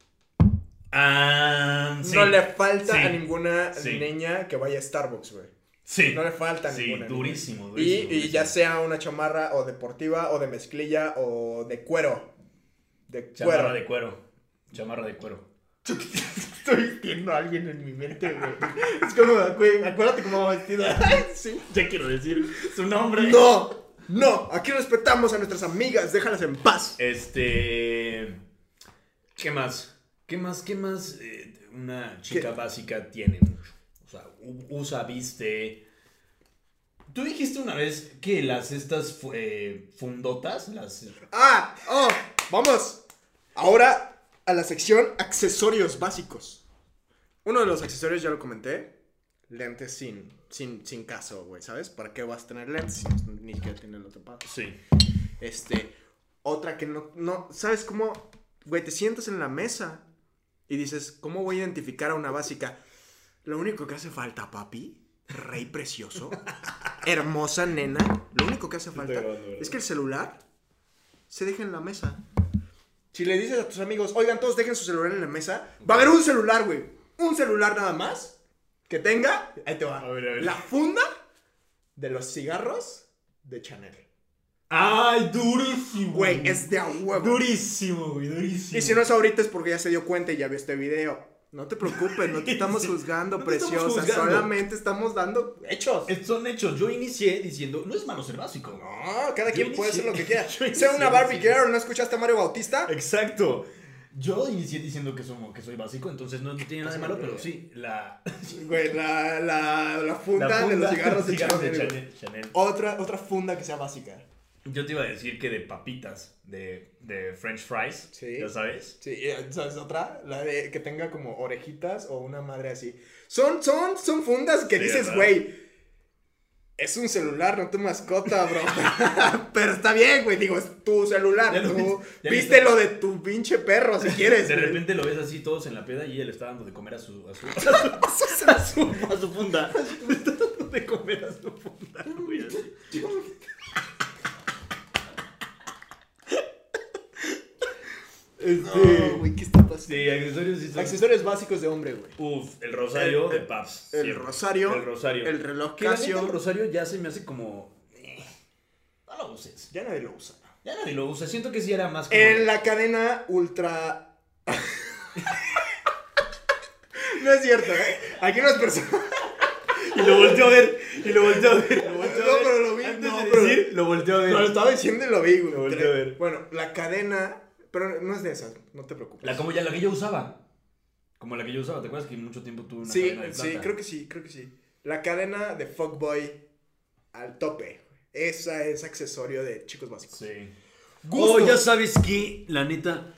B: Ah, sí.
D: No le falta
B: Sí.
D: a ninguna
B: Sí.
D: niña que vaya a Starbucks, güey.
B: Sí.
D: No le falta
B: Sí,
D: ninguna.
B: durísimo,
D: niña.
B: durísimo,
D: Y, y
B: durísimo.
D: ya sea una chamarra o deportiva o de mezclilla o de cuero. De
B: Chamarra
D: cuero.
B: de cuero. Chamarra de cuero.
D: Estoy viendo a alguien en mi mente, güey. Es como, güey, acuérdate cómo va vestida. Ay, *laughs* sí.
B: *laughs* Ya quiero decir su nombre.
D: No, no, aquí respetamos a nuestras amigas, déjalas en paz.
B: Este. ¿Qué más? ¿Qué más? ¿Qué más eh, una chica
D: ¿Qué?
B: básica tiene mucho? O sea, u- usa, viste. Tú dijiste una vez que las estas fu- eh, fundotas, las.
D: Ah, oh, vamos. Ahora a la sección accesorios básicos. Uno de los accesorios ya lo comenté. Lentes sin, sin, sin caso, güey, ¿sabes? ¿Para qué vas a tener lentes si no- ni siquiera tiene el otro par?
B: Sí.
D: Este, otra que no, no, ¿sabes cómo? Güey, te sientas en la mesa y dices, ¿cómo voy a identificar a una básica? Lo único que hace falta, papi,
B: *laughs*
D: rey precioso, hermosa nena, lo único que hace falta
B: grabando, ¿verdad?
D: es que el celular se deje en la mesa. Si le dices a tus amigos, oigan, todos dejen su celular en la mesa, va a haber un celular, güey. Un celular nada más que tenga, ahí te va,
B: A ver, a ver.
D: la funda de los cigarros de Chanel.
B: ¡Ay, durísimo!
D: Güey, es de a huevo.
B: Durísimo, güey, durísimo.
D: Y si no es ahorita es porque ya se dio cuenta y ya vio este video. No te preocupes, no
B: *laughs*
D: te estamos juzgando,
B: No te estamos
D: preciosa.
B: juzgando.
D: Solamente estamos dando hechos.
B: Eh, Son hechos. Yo inicié diciendo, no es malo ser básico.
D: No, cada
B: Yo
D: quien puede
B: inicié-
D: ser lo que
B: *laughs*
D: quiera.
B: yo
D: Sea
B: inicié
D: una Barbie
B: diciendo-
D: Girl, ¿no escuchaste a Mario Bautista?
B: Eh, Exacto. Yo inicié diciendo que, somos, que soy básico, entonces no, no tiene nada de malo, pero sí, la,
D: Güey, la, la, la funda
B: la
D: de
B: funda
D: los cigarros de
B: *laughs* cigarros
D: Chanel. güey.
B: Chanel- Chanel.
D: Otra, otra funda que sea básica.
B: Yo te iba a decir que de papitas, de, de french fries,
D: Sí.
B: ya sabes.
D: Sí, eh, ¿sabes otra? La de que tenga como orejitas o una madre así. Son, son, son fundas que
B: Sí,
D: dices,
B: ¿verdad?
D: güey. Es un celular, no tu mascota, bro. *laughs* Pero está bien, güey. Digo, es tu celular.
B: Ya lo
D: tú
B: viste, ya lo
D: viste
B: viste.
D: lo de tu pinche perro, si
B: *laughs*
D: quieres.
B: De
D: güey.
B: repente lo ves así todos en la peda y ella le está dando de comer a su,
D: *laughs*
B: a su, *laughs* a su, a su, a su funda. Le está dando de comer a su funda, güey, así.
D: Este, güey, ¿qué está pasando?
B: Sí, accesorios sí son-
D: Accesorios básicos de hombre, güey.
B: Uf, el rosario
D: El- el-
B: de Paps.
D: el
B: siempre.
D: rosario,
B: El rosario.
D: el reloj
B: Que la
D: Casio.
B: neta, El rosario ya se me hace como... eh, no lo uses.
D: Ya nadie lo usa.
B: Ya nadie lo usa. Siento que sí era más como...
D: En la cadena ultra. *laughs* no es cierto, ¿eh? Aquí unas *laughs* personas.
B: *laughs* Y lo volteó a ver. Y lo volteó a ver. Lo volteó
D: No,
B: a ver.
D: pero lo vi,
B: Antes
D: no,
B: de
D: pero-
B: decir, lo volteó a ver.
D: No, lo estaba diciendo y lo vi, güey.
B: Lo volteé a ver.
D: Bueno, la cadena. Pero no es de esas, no te preocupes.
B: La como ya la que yo usaba. Como la que yo usaba, ¿te acuerdas que mucho tiempo tuve una
D: sí,
B: cadena de plata?
D: sí, creo que sí, creo que sí. La cadena de fuckboy al tope. Esa es accesorio de chicos básicos.
B: Sí.
D: Gusto.
B: Oh, ya sabes que, la neta.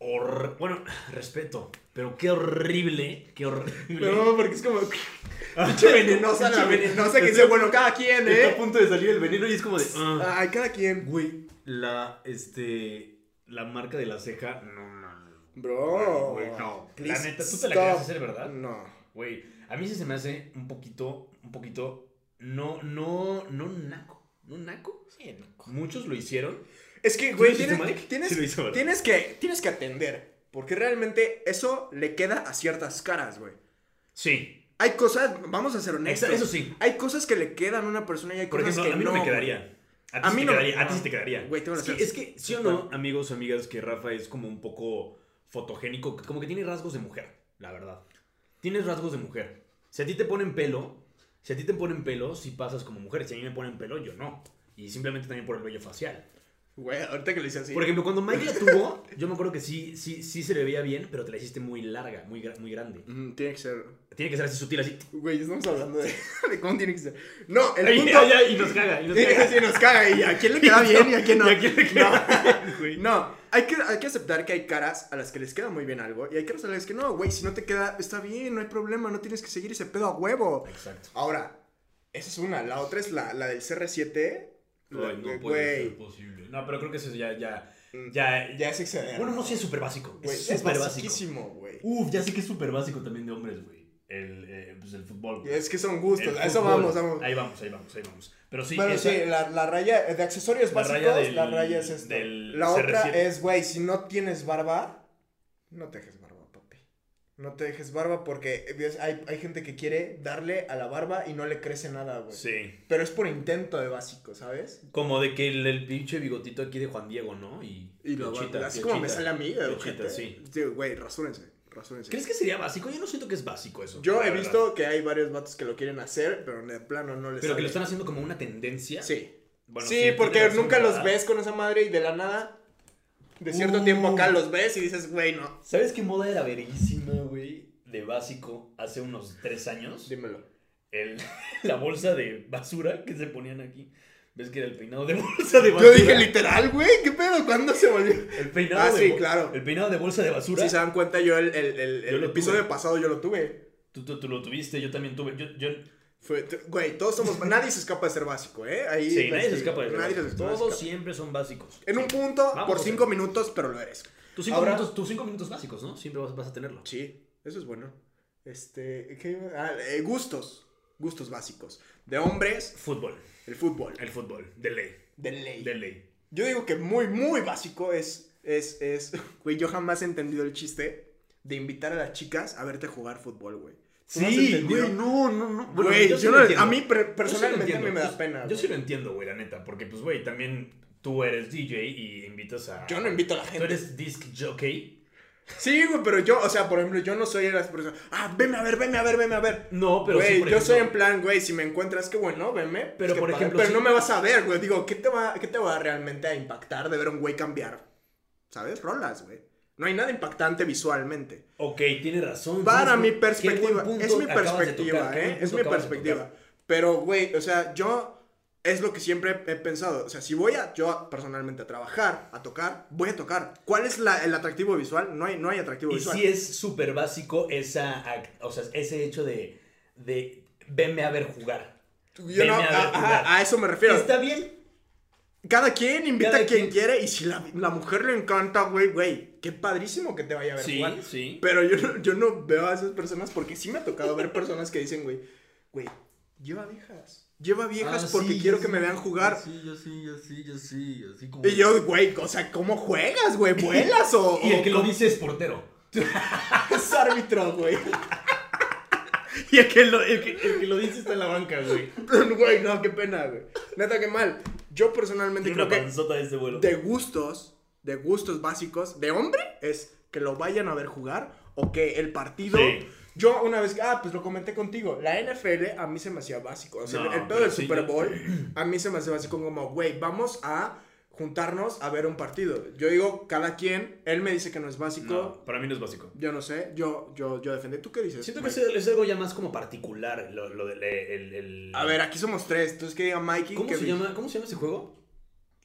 B: hor- Bueno, *sighs* respeto, pero qué horrible, qué horrible.
D: No, porque es *laughs* como.
B: *laughs*
D: Pinche venenosa, la venenosa que dice, bueno, cada quien,
B: Está a
D: ¿eh?
B: punto de salir el veneno y es como de. ah,
D: Ay, cada quien.
B: güey, la. Este. La marca de la ceja. No, no, no.
D: Bro.
B: Güey, no.
D: please
B: La neta, tú te la
D: stop.
B: querías hacer, ¿verdad?
D: No.
B: Güey, a mí sí se me hace un poquito, un poquito, no, no, no naco, no naco. Sí, naco. Muchos lo hicieron.
D: Es que,
B: ¿Tú
D: güey,
B: lo hiciste,
D: tienes,
B: Mike?
D: tienes,
B: Sí lo hizo, ¿verdad?
D: tienes que, tienes que atender. Porque realmente eso le queda a ciertas caras, güey.
B: Sí.
D: Hay cosas, vamos a ser honestos.
B: Eso sí.
D: Hay cosas que le quedan a una persona y hay
B: Por
D: cosas
B: ejemplo,
D: que
B: a mí no, me
D: güey.
B: quedaría. A ti
D: A
B: sí
D: mí
B: te
D: no me-
B: quedaría, a ti
D: no.
B: sí te quedaría.
D: Güey,
B: es,
D: tengo las
B: que,
D: alas.
B: es que, sí o no, amigos, amigas, que Rafa es como un poco fotogénico, como que tiene rasgos de mujer, la verdad. Tienes rasgos de mujer. Si a ti te ponen pelo, si a ti te ponen pelo, si pasas como mujer. Si a mí me ponen pelo, yo no. Y simplemente también por el vello facial.
D: Güey, ahorita que lo hice así.
B: Por ejemplo, cuando Mike la tuvo, yo me acuerdo que sí, sí, sí se le veía bien, pero te la hiciste muy larga, muy, gra- muy grande.
D: Mm, tiene que ser.
B: Tiene que ser así sutil, así.
D: Güey, estamos hablando de, *laughs* de cómo tiene que ser. No, el
B: Ay,
D: punto.
B: ay, ay, y nos caga, y nos caga.
D: *laughs* Sí, nos caga. ¿Y a quién le queda bien y a quién
B: *laughs*
D: no?
B: ¿Y a quién le queda bien, güey?
D: *laughs* No, hay que, hay que aceptar que hay caras a las que les queda muy bien algo y hay caras a las que no, güey, si no te queda, está bien, no hay problema, no tienes que seguir ese pedo a huevo.
B: Exacto.
D: Ahora, esa es una, la otra es la, la del CR7. la-
B: Ay, no puede ser
D: güey, Mm.
B: posible. No, pero creo que eso ya, ya, ya.
D: ya es exceder.
B: Bueno, no, sí es súper básico.
D: güey,
B: Es súper básico.
D: basiquísimo, güey.
B: Uf, ya sé que es súper básico también de hombres, güey. El, eh, pues el fútbol. güey.
D: Es que son gustos,
B: El
D: a eso
B: fútbol.
D: vamos, vamos.
B: Ahí vamos, ahí vamos, ahí vamos. Pero sí,
D: Pero
B: esa-
D: sí, la, la raya de accesorios
B: La
D: básicos,
B: raya del-
D: la raya es esto.
B: del
D: La otra
B: CR7.
D: es, güey, si no tienes barba, no te dejes barba, papi. No te dejes barba porque ves, hay, hay gente que quiere darle a la barba y no le crece nada, güey.
B: sí.
D: Pero es por intento de básico, ¿sabes?
B: Como de que el, el pinche bigotito aquí de Juan Diego, ¿no? Y, piochita,
D: Así como me
B: piochita.
D: sale a mí, güey.
B: Piochita,
D: ojete.
B: sí.
D: güey, rasúrense, rasúrense.
B: ¿Crees que sería básico? Yo no siento que es básico eso.
D: Yo
B: la
D: he
B: verdad.
D: visto que hay varios vatos que lo quieren hacer, pero de plano no les
B: Pero que
D: sale.
B: lo están haciendo como una tendencia.
D: Sí.
B: Bueno,
D: sí,
B: tiene
D: porque
B: razón,
D: nunca los
B: ¿verdad?
D: ves con esa madre y de la nada, de cierto
B: Uh.
D: tiempo acá los ves y dices, güey, no.
B: ¿Sabes qué moda era verguísima, güey? De básico hace unos tres años.
D: Dímelo.
B: El- *laughs* la bolsa de basura que se ponían aquí. ¿Ves que era el peinado de bolsa de
D: Yo
B: basura? *laughs*
D: dije literal, güey, ¿qué pedo? ¿Cuándo se volvió?
B: el peinado
D: Ah,
B: de
D: sí,
B: bo-
D: claro.
B: El peinado de bolsa de basura.
D: Si se dan cuenta, yo el, el, el,
B: Yo
D: el
B: lo
D: episodio
B: tuve.
D: pasado yo lo tuve.
B: tú, tú- tú lo tuviste, yo también tuve. Yo, yo,
D: Fue- t- güey, todos somos, nadie se escapa de ser básico, ¿eh? Ahí,
B: sí, este, nadie
D: sí,
B: se escapa de Eh,
D: nadie se escapa.
B: Todos siempre son básicos.
D: En un punto,
B: Vamos,
D: por
B: o sea.
D: cinco minutos, pero lo eres.
B: Tus cinco,
D: Ahora-
B: minutos, tus cinco minutos básicos, ¿no? Siempre vas, vas a tenerlo.
D: Sí, eso es bueno. Este, ¿qué iba? Ah, eh, gustos, gustos básicos. De hombres,
B: Fútbol.
D: el fútbol.
B: El fútbol. De ley.
D: De ley.
B: De ley.
D: Yo digo que muy, muy básico es, es, es, *laughs* güey, yo jamás he entendido el chiste de invitar a las chicas a verte jugar fútbol, güey. ¿Tú no has entendido?
B: no, no, no.
D: Güey, yo no- a mí per- personalmente a mí me da pena,
B: Yo,
D: güey.
B: sí lo entiendo, güey, la neta. Porque, pues, güey, también tú eres DJ y invitas a.
D: Yo no invito a la
B: Tú
D: gente.
B: eres disc jockey
D: Sí, güey, pero yo, o sea, por ejemplo, yo no soy de las personas. Ah, veme a ver, veme a ver, veme a ver.
B: No, pero
D: Güey,
B: sí, por
D: yo
B: ejemplo-
D: soy en plan, güey, si me encuentras, qué bueno, veme. pues
B: Pero,
D: qué
B: por
D: padre.
B: ejemplo,
D: Pero
B: sí.
D: no me vas a ver, güey. Digo, ¿qué te, va, ¿qué te va realmente a impactar de ver a un güey cambiar? ¿Sabes? Rolas, güey. No hay nada impactante visualmente.
B: Ok, tiene razón.
D: Para
B: ¿Sabes
D: mi
B: qué? Qué
D: perspectiva,
B: buen punto
D: es mi
B: acabas de
D: perspectiva,
B: tocar, qué
D: ¿eh?
B: buen
D: Es
B: punto
D: mi
B: acabas de
D: perspectiva.
B: tocar.
D: Pero, güey, o sea, yo es lo que siempre he pensado. O sea, si voy a, yo personalmente a trabajar, a tocar, voy a tocar. ¿Cuál es la- el atractivo visual? No hay, no hay atractivo
B: Y
D: visual.
B: sí es súper básico esa, ac- o sea, ese hecho de, de venme a ver jugar.
D: Yo no-
B: Venme a ver
D: a,
B: jugar.
D: ajá, a eso me refiero.
B: Está bien.
D: Cada quien invita
B: Cada
D: a quien
B: quien.
D: quiere y si la, la mujer le encanta, güey, güey, qué padrísimo que te vaya a ver
B: Sí,
D: jugar.
B: sí.
D: Pero yo, no- yo no veo a esas personas porque sí me ha tocado ver personas que dicen, güey, güey, lleva viejas. Lleva viejas porque quiero que me vean jugar.
F: Ah, Sí, yo sí, yo sí, yo sí, yo sí. Como...
D: Y yo, güey, o sea, ¿cómo
F: *laughs*
D: juegas, güey? ¿Vuelas o,
B: *laughs* Y
D: o
B: el que lo dice es portero.
D: es árbitro, güey? *laughs*
B: Y el que lo, el que, el que lo dice está en la banca,
D: *laughs*
B: güey.
D: Güey, no, qué pena, güey. Neta, qué mal. Yo personalmente
B: Tiene
D: creo
B: una
D: que
B: panzota de este vuelo.
D: de gustos, de gustos básicos de hombre es que lo vayan a ver jugar o que el partido.
B: Sí.
D: Yo una vez, ah, pues lo comenté contigo, la NFL a mí se me hacía básico. O sea,
B: No,
D: el pedo
B: pero
D: del
B: sí,
D: Super
B: yo-
D: Bowl
B: *clears throat*
D: a mí se me hace básico como, güey, vamos a juntarnos a ver un partido. Yo digo, cada quien, él me dice que no es básico.
B: No, para mí no es básico.
D: Yo no sé, yo, yo, yo defendí. ¿Tú qué dices?
B: Siento que
D: Mike?
B: es, es algo ya más como particular, lo, lo del... El, el-
D: A ver, aquí somos tres. Entonces, ¿qué diga Mikey?
B: ¿Cómo
D: ¿Qué
B: se,
D: dice?
B: llama, ¿Cómo se llama ese juego?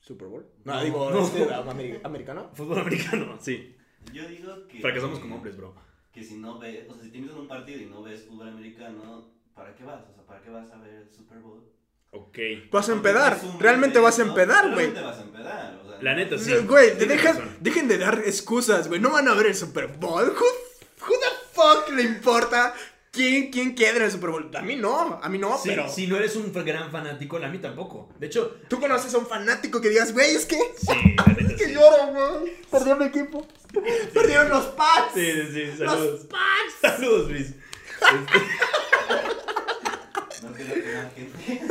D: ¿Super Bowl?
B: No, no.
D: este, amer- ¿americano?
B: *laughs* Fútbol americano, sí.
C: Yo digo que.
B: Fracasamos como hombres, bro.
C: Que si no ves. O sea, si te invitan a un partido y no ves fútbol americano, ¿para qué vas? O sea, ¿para qué vas a ver el Super Bowl?
B: Ok.
D: Vas a
C: Porque
D: empedar.
C: es un
D: Realmente vas a
C: evento,
D: empedar, güey.
C: Realmente vas a empedar. O sea,
B: La
C: no-
B: neta, sí.
D: Güey,
B: Tienes
D: dejan,
B: razón.
D: dejen de dar excusas, güey. No van a ver el Super Bowl. Who, who the fuck le importa quién, quién queda en el Super Bowl? A mí no, a mí no,
B: Sí,
D: pero.
B: Si no eres un gran fanático, a mí tampoco. De hecho,
D: Tú conoces a un fanático que digas, güey, es que.
B: *laughs* sí, la neta,
D: Es que
B: sí.
D: lloro, güey. Perdió mi equipo. Perdieron los pads.
B: Sí, sí, sí,
D: Los
B: saludos.
D: pads.
B: Saludos, Luis.
C: No creo que la gente.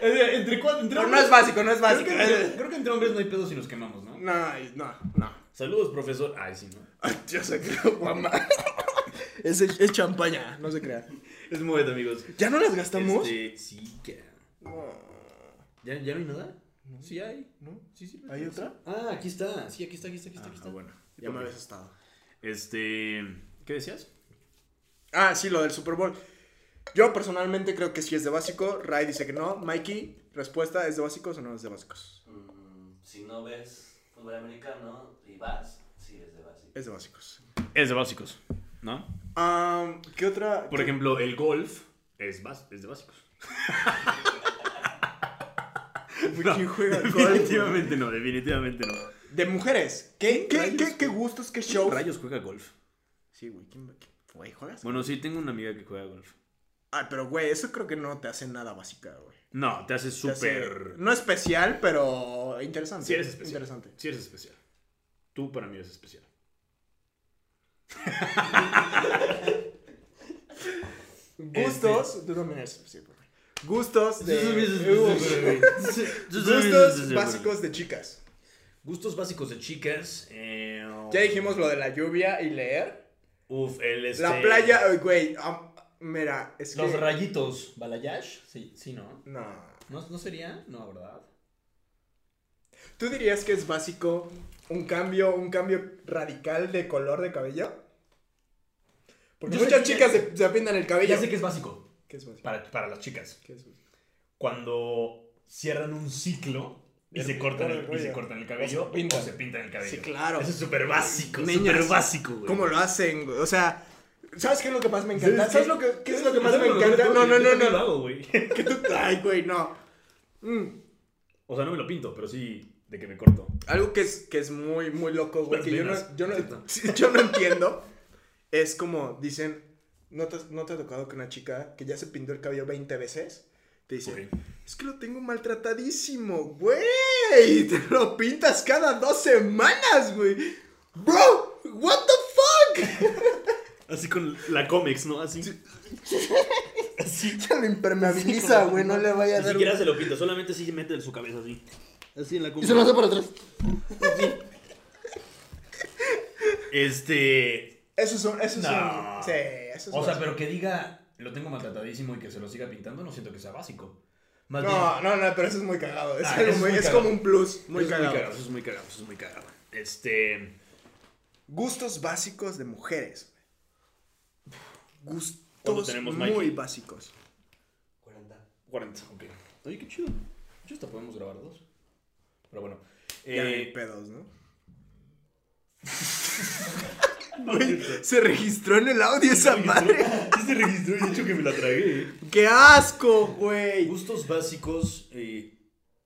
B: Eh, Entre cuatro, entre
D: No, no
B: hombres-
D: es básico, no es
B: Creo
D: básico.
B: que, entre, creo que entre hombres no hay pedos si nos quemamos, ¿no?
D: No, no, no.
B: Saludos, profesor. Ay, sí, no.
D: Yo sé que lo guama. *laughs* Es, es champaña, no se crean.
B: Es moed, amigos.
D: ¿Ya no las gastamos? Oh,
B: Este, sí, que. ¿Ya, ¿Ya no hay nada? Sí hay. ¿No? Sí, sí.
D: ¿Hay otra?
B: Ah, aquí está. Sí, aquí está, aquí está, aquí está. aquí está.
D: bueno. Ya
B: Ya
D: me
B: me
D: habías estado.
B: Este. ¿Qué decías?
D: Ah, sí, lo del Super Bowl. Yo personalmente creo que sí es de básico. Ray dice que no. Mikey, respuesta, ¿es de básicos o no es de básicos?
C: Mm, si no ves fútbol americano y vas, sí es de básico.
D: Es de básicos.
B: Es de básicos, ¿no?
D: Am, ¿Qué otra?
B: Por ejemplo, el golf es, bas- es de
D: *laughs*
B: básicos.
D: Güey, *laughs* ¿Quién
B: *laughs*
D: juega al golf, güey?
B: Definitivamente no, definitivamente no.
D: De mujeres. ¿Qué, qué,
B: Rayos,
D: qué, qué gustos, qué show?
B: Rayos juega golf.
D: Sí, güey. ¿quién- qué- güey, ¿Juegas?
B: Bueno, sí, tengo una amiga que juega golf.
D: Ah, pero güey, eso creo que no te hace nada básica, güey.
B: No, te hace
D: Te hace-
B: súper.
D: No especial, pero interesante.
B: Sí, eres especial.
D: Interesante.
B: Sí, eres especial. Tú para mí eres especial. Este.
D: Gustos. Tú también eres especial, güey. Gustos
B: Eh,
D: de. Gustos
B: Gustos
D: básicos de chicas.
B: Gustos básicos de chicas. eh,
D: Ya dijimos lo de la lluvia y leer.
B: Uf, el este,
D: La playa, ay, güey. am- mira, es que.
B: Los rayitos. ¿Balayage? Sí, sí, ¿no?
D: no.
B: ¿no? ¿No sería? No, ¿verdad?
D: ¿Tú dirías que es básico un cambio, un cambio radical de color de cabello? Porque
B: Yo sé
D: muchas
B: que-
D: chicas se, se pintan el cabello.
B: Ya sé que es básico
D: ¿Qué es básico?
B: para, para las chicas.
D: ¿Qué es básico?
B: Cuando cierran un ciclo y se cortan el, y se cortan el cabello
D: O se pintan.
B: o se pintan el cabello.
D: Sí, claro.
B: Eso es súper básico,
D: Niñas,
B: súper básico, güey.
D: ¿Cómo lo hacen? güey? O sea, ¿sabes qué es lo que más me encanta?
B: Sí,
D: ¿Sabes
B: sí.
D: lo que, qué es lo que más
B: ¿Sabes
D: me
B: que
D: encanta? No,
B: Yo
D: no, no,
B: también lo
D: no.
B: hago, güey. *laughs*
D: Que tú- Ay, güey, no. Mm.
B: O sea, no me lo pinto, pero sí de que me corto.
D: Algo que es, que es muy, muy loco, güey,
B: Las
D: que yo no,
B: venas.
D: yo, no, *laughs* yo no entiendo, es como dicen, ¿no te, has- ¿no te ha tocado que una chica que ya se pintó el cabello 20 veces? Te dice,
B: Ok.
D: es que lo tengo maltratadísimo, güey, te lo pintas cada dos semanas, güey. Bro, what the fuck?
B: *laughs* Así con la cómics, ¿no? Así.
D: *laughs* Ya lo impermeabiliza, güey, no le vaya a
B: Ni
D: dar...
B: siquiera se lo pinta, solamente sí se mete en su cabeza así. Así en la
D: Y se lo hace para atrás.
B: Este.
D: Eso es un. Eso es
B: No.
D: un sí, eso es
B: o sea,
D: básico.
B: pero que diga, lo tengo maltratadísimo y que se lo siga pintando, no siento que sea básico. Más bien-
D: No, no, no, pero eso es muy cagado. Es,
B: Ah,
D: algo
B: eso es
D: muy-
B: muy
D: es
B: cagado.
D: como un plus. Muy
B: eso
D: cagado.
B: es muy cagado. Eso es muy cagado, eso es muy cagado. Este.
D: Gustos básicos de mujeres. Gustos
B: ¿Cuándo tenemos,
D: muy
B: Mikey?
D: básicos.
C: 40.
B: 40, ok. Oye, qué chido. Yo hasta podemos grabar dos. Pero bueno.
D: Ya no
B: eh,
D: hay
B: *laughs*
D: pedos, ¿no? Güey, se registró en el audio esa madre.
B: Sí se registró y de hecho que me la tragué. eh.
D: ¡Qué asco, güey!
B: Gustos básicos. eh,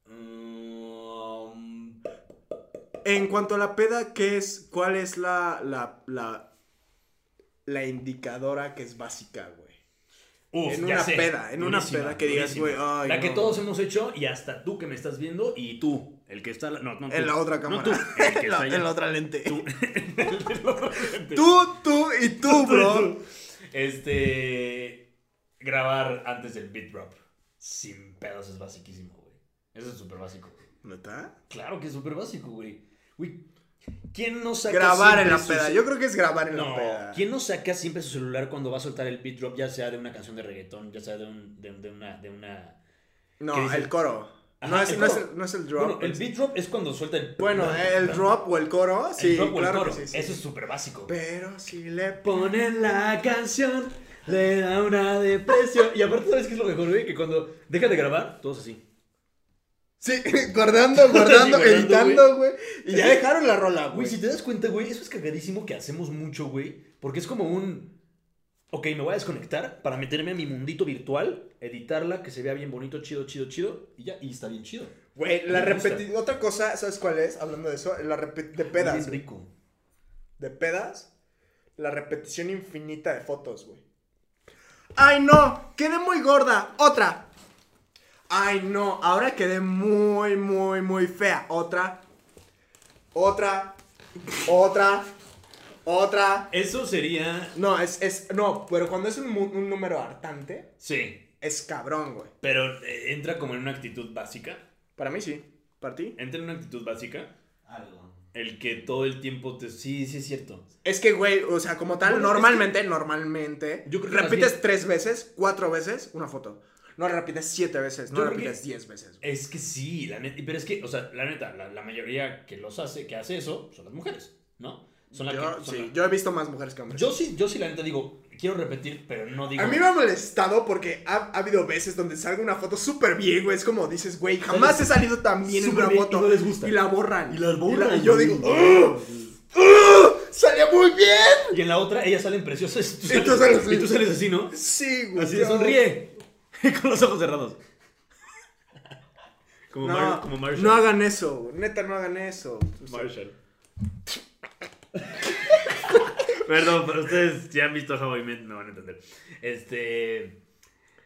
B: mm,
D: En cuanto a la peda, ¿qué es? ¿Cuál es la. la. la, la indicadora que es básica, güey?
B: uf,
D: En
B: ya
D: una
B: sé.
D: peda, en una peda que digas,
B: durísima.
D: güey, ay,
B: La que
D: no.
B: todos hemos hecho y hasta tú que me estás viendo y tú, el que está. No, no, tú.
D: En la otra
B: No
D: cámara.
B: tú, el que
D: *laughs* en, la,
B: está allá. *laughs*
D: en la otra lente.
B: Tú.
D: Tú, tú y tú, bro.
B: Este. Grabar antes del beat drop. Sin pedos es basiquísimo, güey. Eso es súper básico.
D: ¿Neta?
B: Claro que es súper básico, güey. Güey, ¿quién no saca
D: Grabar en la
B: siempre
D: peda.
B: sus-
D: Yo creo que es grabar en la
B: No,
D: peda.
B: ¿quién no saca siempre su celular cuando va a soltar el beat drop, ya sea de una canción de reggaetón, ya sea de, un, de, de una... De una... ¿Qué
D: No,
B: dice?
D: el coro.
B: Ajá,
D: no, es,
B: el
D: no es
B: coro.
D: el, no es el drop. pues.
B: Bueno, el beat drop es cuando suelta el...
D: Bueno, el drop o el coro, sí,
B: el drop o el
D: claro
B: coro.
D: que sí, sí.
B: Eso es súper básico.
D: Pero si le
B: Ponen la canción, le da una depresión. Y aparte, ¿sabes qué es lo mejor, güey? Que cuando deja de grabar, todos así.
D: Sí, *laughs* guardando,
B: guardando,
D: guardando, editando, güey. Y ya dejaron la rola,
B: Güey,
D: güey.
B: si te das cuenta, güey, eso es cagadísimo que hacemos mucho, güey. Porque es como un. Ok, me voy a desconectar para meterme a mi mundito virtual, editarla, que se vea bien bonito, chido, chido, chido. Y ya, y está bien chido.
D: Güey, la
B: Me gusta.
D: repetición. Otra cosa, ¿sabes cuál es? Hablando de eso, la repe- de
B: Bien
D: pedas. güey.
B: rico.
D: De pedas, la repetición infinita de fotos, güey. Ay, no, quedé muy gorda. Otra. Ay, no, ahora quedé muy, muy, muy fea. Otra. Otra. Otra. Otra.
B: Eso sería.
D: No, es, es, no, pero cuando es un, mu- un número hartante,
B: Sí,
D: es cabrón, güey.
B: pero eh, entra como en una actitud básica.
D: Para mí sí. ¿Para ti?
B: Entra en una actitud básica.
C: Algo.
B: El que todo el tiempo te. Sí, sí, es cierto.
D: Es que, güey, o sea, como tal,
B: Bueno, es
D: normalmente, normalmente,
B: Yo creo que
D: repites
B: más bien-
D: tres veces, cuatro veces, una foto. No repites siete veces, no
B: Yo creo
D: repites
B: que-
D: diez veces. güey.
B: Es que sí, la neta. Pero es que, o sea, la neta, la, la mayoría que los hace, que hace eso, son las mujeres, ¿no? Son las
D: Yo,
B: que. son
D: sí,
B: la-
D: yo he visto más mujeres que hombres.
B: Yo sí, yo sí la neta digo, quiero repetir, pero no digo.
D: A mí me ha molestado porque ha, ha habido veces donde salga una foto súper bien, güey. Es como dices, güey, jamás he salido tan bien en
B: Súper
D: una
B: bien,
D: foto.
B: y no les gusta.
D: Y la borran.
B: Y la borran,
D: y yo
B: güey.
D: digo, ¡Oh! ¡Oh! ¡Salió muy bien!
B: Y en la otra, ellas salen preciosas.
D: Y tú sales así.
B: y tú sales así, ¿no?
D: Sí, güey.
B: Así
D: yo-
B: de sonríe. *laughs* Con los ojos *laughs* cerrados. Como,
D: No,
B: Mar- como Marshall.
D: no hagan eso, güey, neta, no hagan eso.
B: Marshall. *laughs* Perdón, pero ustedes ya han visto How I Met, no van a entender. Este.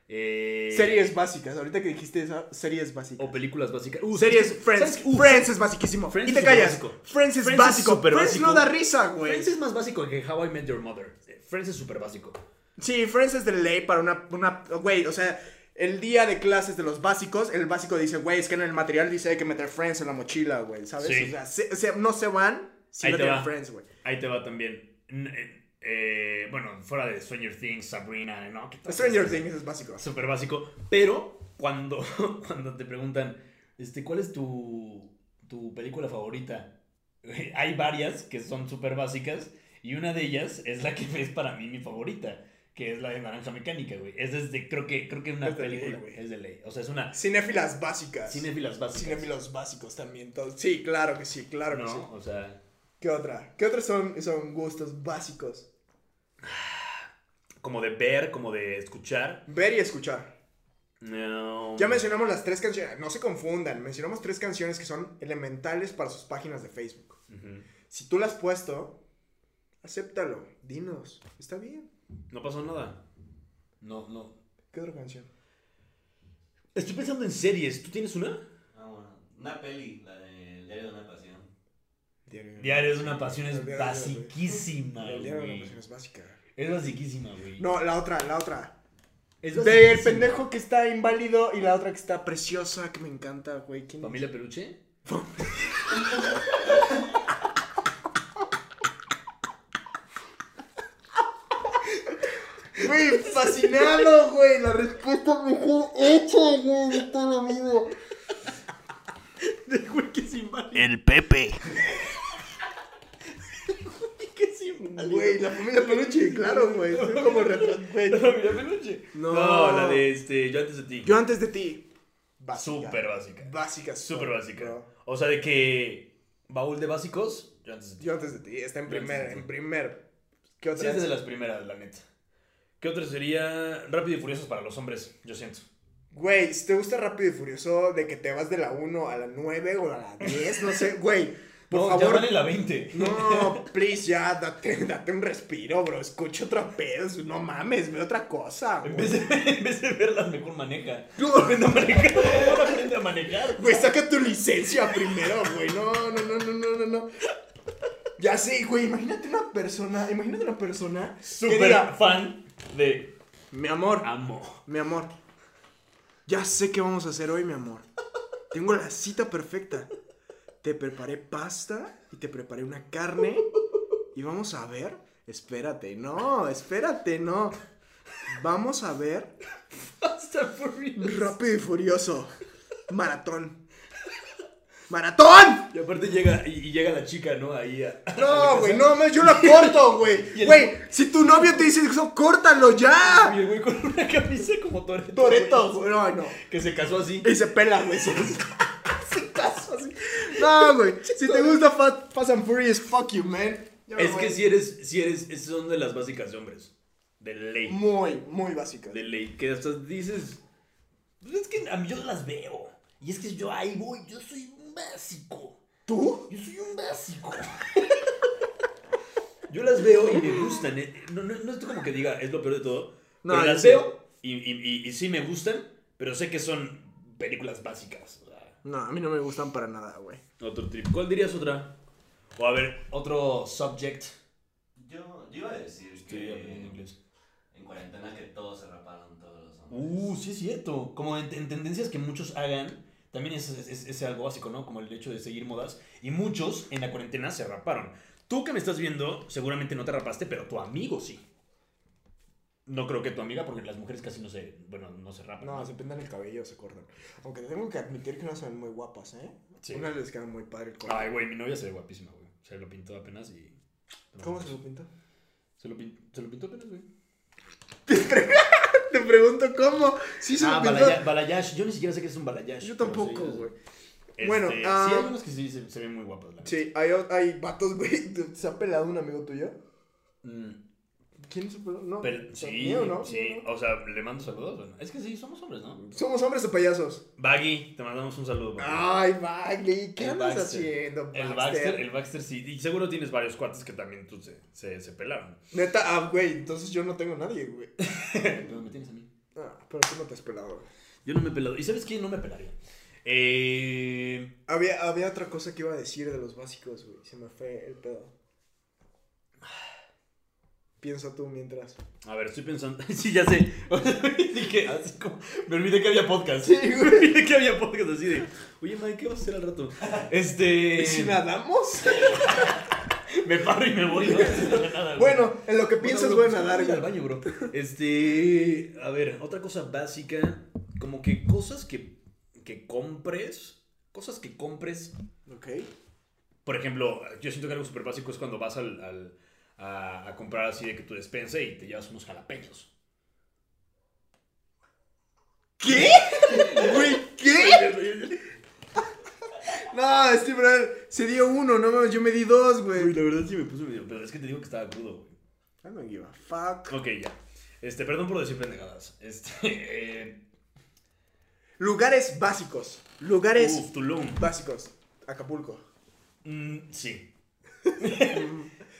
B: eh,
D: Series básicas, ahorita que dijiste eso, series básicas.
B: O películas básicas. Uh,
D: Series
B: ¿sabes qué?
D: Friends.
B: ¿sabes qué? Uh,
D: Friends es basiquísimo.
B: Friends
D: y
B: es
D: te callas.
B: superbásico.
D: Friends es
B: Friends es
D: básico. Friends
B: superbásico.
D: no da risa, güey.
B: Friends es más básico que How I Met Your Mother. Friends es súper básico.
D: Sí, Friends es de ley para una, una. Güey, o sea, el día de clases de los básicos, el básico dice, güey, es que en el material dice hay que meter Friends en la mochila, güey, ¿sabes?
B: Sí.
D: O sea, se- o sea, no se van si
B: Ahí
D: no
B: te
D: tienen
B: va.
D: Friends, güey.
B: Ahí te va también. N- eh, eh, bueno, fuera de Stranger Things, Sabrina, ¿no? ¿Qué tal?
D: Stranger Things es básico.
B: Súper básico. Pero cuando, *laughs* cuando te preguntan, este, ¿cuál es tu, tu película favorita? *laughs* Hay varias que son súper básicas y una de ellas es la que *laughs* es para mí mi favorita, que es la de Naranja Mecánica, güey. Es desde, creo que, creo que una
D: Es de ley,
B: película,
D: güey.
B: es de ley. O sea, es una
D: Cinéfilas básicas.
B: cinéfilas básicas.
D: Cinéfilos básicos también. todos. Sí, claro que sí, claro que sí.
B: ¿no? O sea,
D: ¿Qué otra? ¿Qué otros son, son gustos básicos?
B: como de ver, como de escuchar.
D: Ver y escuchar.
B: No.
D: Ya mencionamos las tres canciones, no se confundan, mencionamos tres canciones que son elementales para sus páginas de Facebook.
B: Ujú.
D: Si tú las has puesto, acéptalo, dinos, está bien.
B: No pasó nada. No, no.
D: ¿Qué otra canción?
B: Estoy pensando en series. ¿Tú tienes una?
C: Ah, bueno. Una peli, la de El diario de una pasión.
D: Diario.
B: Diario es una pasión,
D: El
B: es
D: diario de una pasión.
B: basiquísima,
D: El diario de una
B: güey.
D: pasión es básica.
B: Es basiquísima, güey.
D: No, la otra, la otra.
B: es
D: Del
B: basiquísima.
D: pendejo que está inválido y la otra que está preciosa, que me encanta, güey. ¿Quién es?
B: ¿Familia Peluche?
D: Güey, fascinado, güey. La respuesta mejor hecha, güey, de toda la vida.
E: Güey, que es inválido.
G: El Pepe.
E: *laughs* Que es inválido.
D: Güey, la familia peluche, claro, güey. Estoy
E: *laughs*
D: como retro- güey.
E: La familia peluche.
D: No.
E: No, la de este, yo antes de ti.
D: Yo antes de ti. Básica.
E: Súper básica.
D: Básica.
E: Súper básica.
D: bro.
E: O sea, de que. Baúl de básicos, yo antes de ti.
D: Yo antes de ti. Está en
E: Yo antes de
D: primer,
E: ti.
D: en primer. ¿Qué
E: Sí,
D: otra?
E: es de
D: es?
E: las primeras, la neta. ¿Qué otra sería Rápido y Furiosos para los hombres? Yo siento.
D: Güey, si te gusta Rápido y Furioso, de que te vas de la 1 a la 9 o a la 10, no sé, güey. Por
E: no, ya
D: favor.
E: vale la 20.
D: No, please, ya, date, date un respiro, bro. Escucha otro pedo. No mames, ve otra cosa,
E: En
D: güey.
E: vez, de, en vez de verlas, mejor maneja. *laughs* Aprende a manejar. Ahora aprende a manejar.
D: Güey, saca tu licencia primero, güey. No, no, no, no, no, no, no. Ya sé, güey. Imagínate una persona, imagínate una persona que
E: Súper
D: diga,
E: fan de
D: mi amor,
E: Amo.
D: mi amor. Ya sé qué vamos a hacer hoy, mi amor. Tengo la cita perfecta. Te preparé pasta y te preparé una carne y vamos a ver. Espérate, no, espérate, no. Vamos a ver
E: Hasta Furious.
D: Rápido y furioso. Maratón. ¡Maratón!
E: Y aparte llega, y, y llega la chica, ¿no? Ahí a.
D: No, güey, no, más yo la corto, güey. Güey, si tu novio te dice eso, córtalo
E: Y
D: ya.
E: el güey con una camisa como Toreto.
D: Toreto, güey. No, no.
E: Que se casó *laughs* así.
D: Y se pela, güey. *laughs* Se se casó así. No, güey. Si te gusta Fa- Fast and Furious, fuck you, man. Ya me
E: Es que
D: voy.
E: si eres, si eres, esas son de las básicas de hombres. De ley.
D: Muy, muy básica.
E: de ley que hasta dices, "Pues es que a mí yo las veo. Y es que yo ahí voy, yo soy un básico.
D: ¿Tú?
E: Yo soy un básico. yo las veo y me gustan. eh. No, no, no es como que diga, es lo peor de todo.
D: No,
E: pero
D: yo
E: las
D: sí.
E: veo y, y, y- y sí me gustan, pero sé que son películas básicas. o sea,
D: No, a mí no me gustan para nada, güey.
E: Otro trip. ¿Cuál dirías otra? O a ver, otro subject. eh,
C: Yo, yo iba a decir
E: Estoy aprendiendo
C: que
E: inglés.
C: en cuarentena que todos se raparon todos los hombres.
E: Uh, sí es cierto. Como en, en tendencias que muchos hagan, también es, es- es algo básico, ¿no? Como el hecho de seguir modas. Y muchos en la cuarentena se raparon. Tú que me estás viendo, seguramente no te rapaste, pero tu amigo sí. No creo que tu amiga, porque las mujeres casi no se, bueno, no se rapan.
D: No, se pintan el cabello, se cortan. Aunque tengo que admitir que no se ven muy guapas, ¿eh?
E: Sí. Ah.
D: Una les queda muy padre el corte.
E: Ay, güey, mi novia se ve guapísima, güey. Se lo pintó apenas y...
D: ¿Cómo se lo pintó?
E: Se lo, pin- se lo pintó apenas, güey.
D: Te pregunto cómo. Sí se
E: ah,
D: lo pintó.
E: balaya- balayash. Yo ni siquiera sé qué es un balayash.
D: Yo
E: pero
D: tampoco,
E: sí, es-
D: güey.
E: Este,
D: Bueno,
E: sí,
D: ah,
E: hay unos que sí se, se ven muy guapos, la
D: Sí, hay, o- hay vatos, güey. ¿Se ha pelado un amigo tuyo?
E: neta. Mm.
D: ¿Quién se peló? No.
E: Pero-
D: ¿se-
E: sí,
D: mío, no?
E: sí.
D: ¿Mío, no?
E: O sea, le mando saludos. ¿o no? Es que sí, somos hombres, ¿no?
D: Somos hombres o payasos.
E: Baggy, te mandamos un saludo. Baggy.
D: Ay, Bagley, ¿qué
E: El
D: andas
E: Baxter.
D: haciendo,
E: el Baxter, el Baxter sí. Y seguro tienes varios cuates que también tú se, se, se pelaron.
D: Neta, ah, güey, entonces yo no tengo nadie, güey.
E: Pero me tienes a mí.
D: Ah, pero tú no te has pelado, güey.
E: Yo no me he pelado. ¿Y sabes quién no me pelaría? Eh,
D: Había, había otra cosa que iba a decir de los básicos, güey. Se me fue el pedo. Piensa tú mientras.
E: a ver, estoy pensando. *laughs* *laughs* sí, ya sé. Dije, así como. Me olvidé que había podcast.
D: Sí,
E: *laughs* me
D: güey.
E: olvidé que había podcast así de. Oye, Mike, ¿qué vas a hacer al rato? *laughs* Este.
D: ¿Y si nadamos?
E: Me paro y me voy. *laughs* ¿no? De nada, güey.
D: Bueno, en lo que piensas voy a nadar,
E: ir al
D: güey.
E: baño, bro. Este, a ver, otra cosa básica, como que cosas que, que compres, cosas que compres,
D: Ok.
E: por ejemplo, yo siento que algo súper básico es cuando vas al, al- a, a comprar así de que tu despensa y te llevas unos jalapeños.
D: ¿Qué? Güey, ¿qué? No, este brother se dio uno, no mames, yo me di dos,
E: Uy,
D: güey.
E: la verdad sí me puse medio, pero es que te digo que estaba crudo, güey.
D: I don't give a fuck.
E: Ok, ya. Este, perdón por decir pendejadas. Este, *laughs* eh,
D: Lugares básicos. Lugares
E: uf, Tulum.
D: básicos. Acapulco.
E: Mm, sí.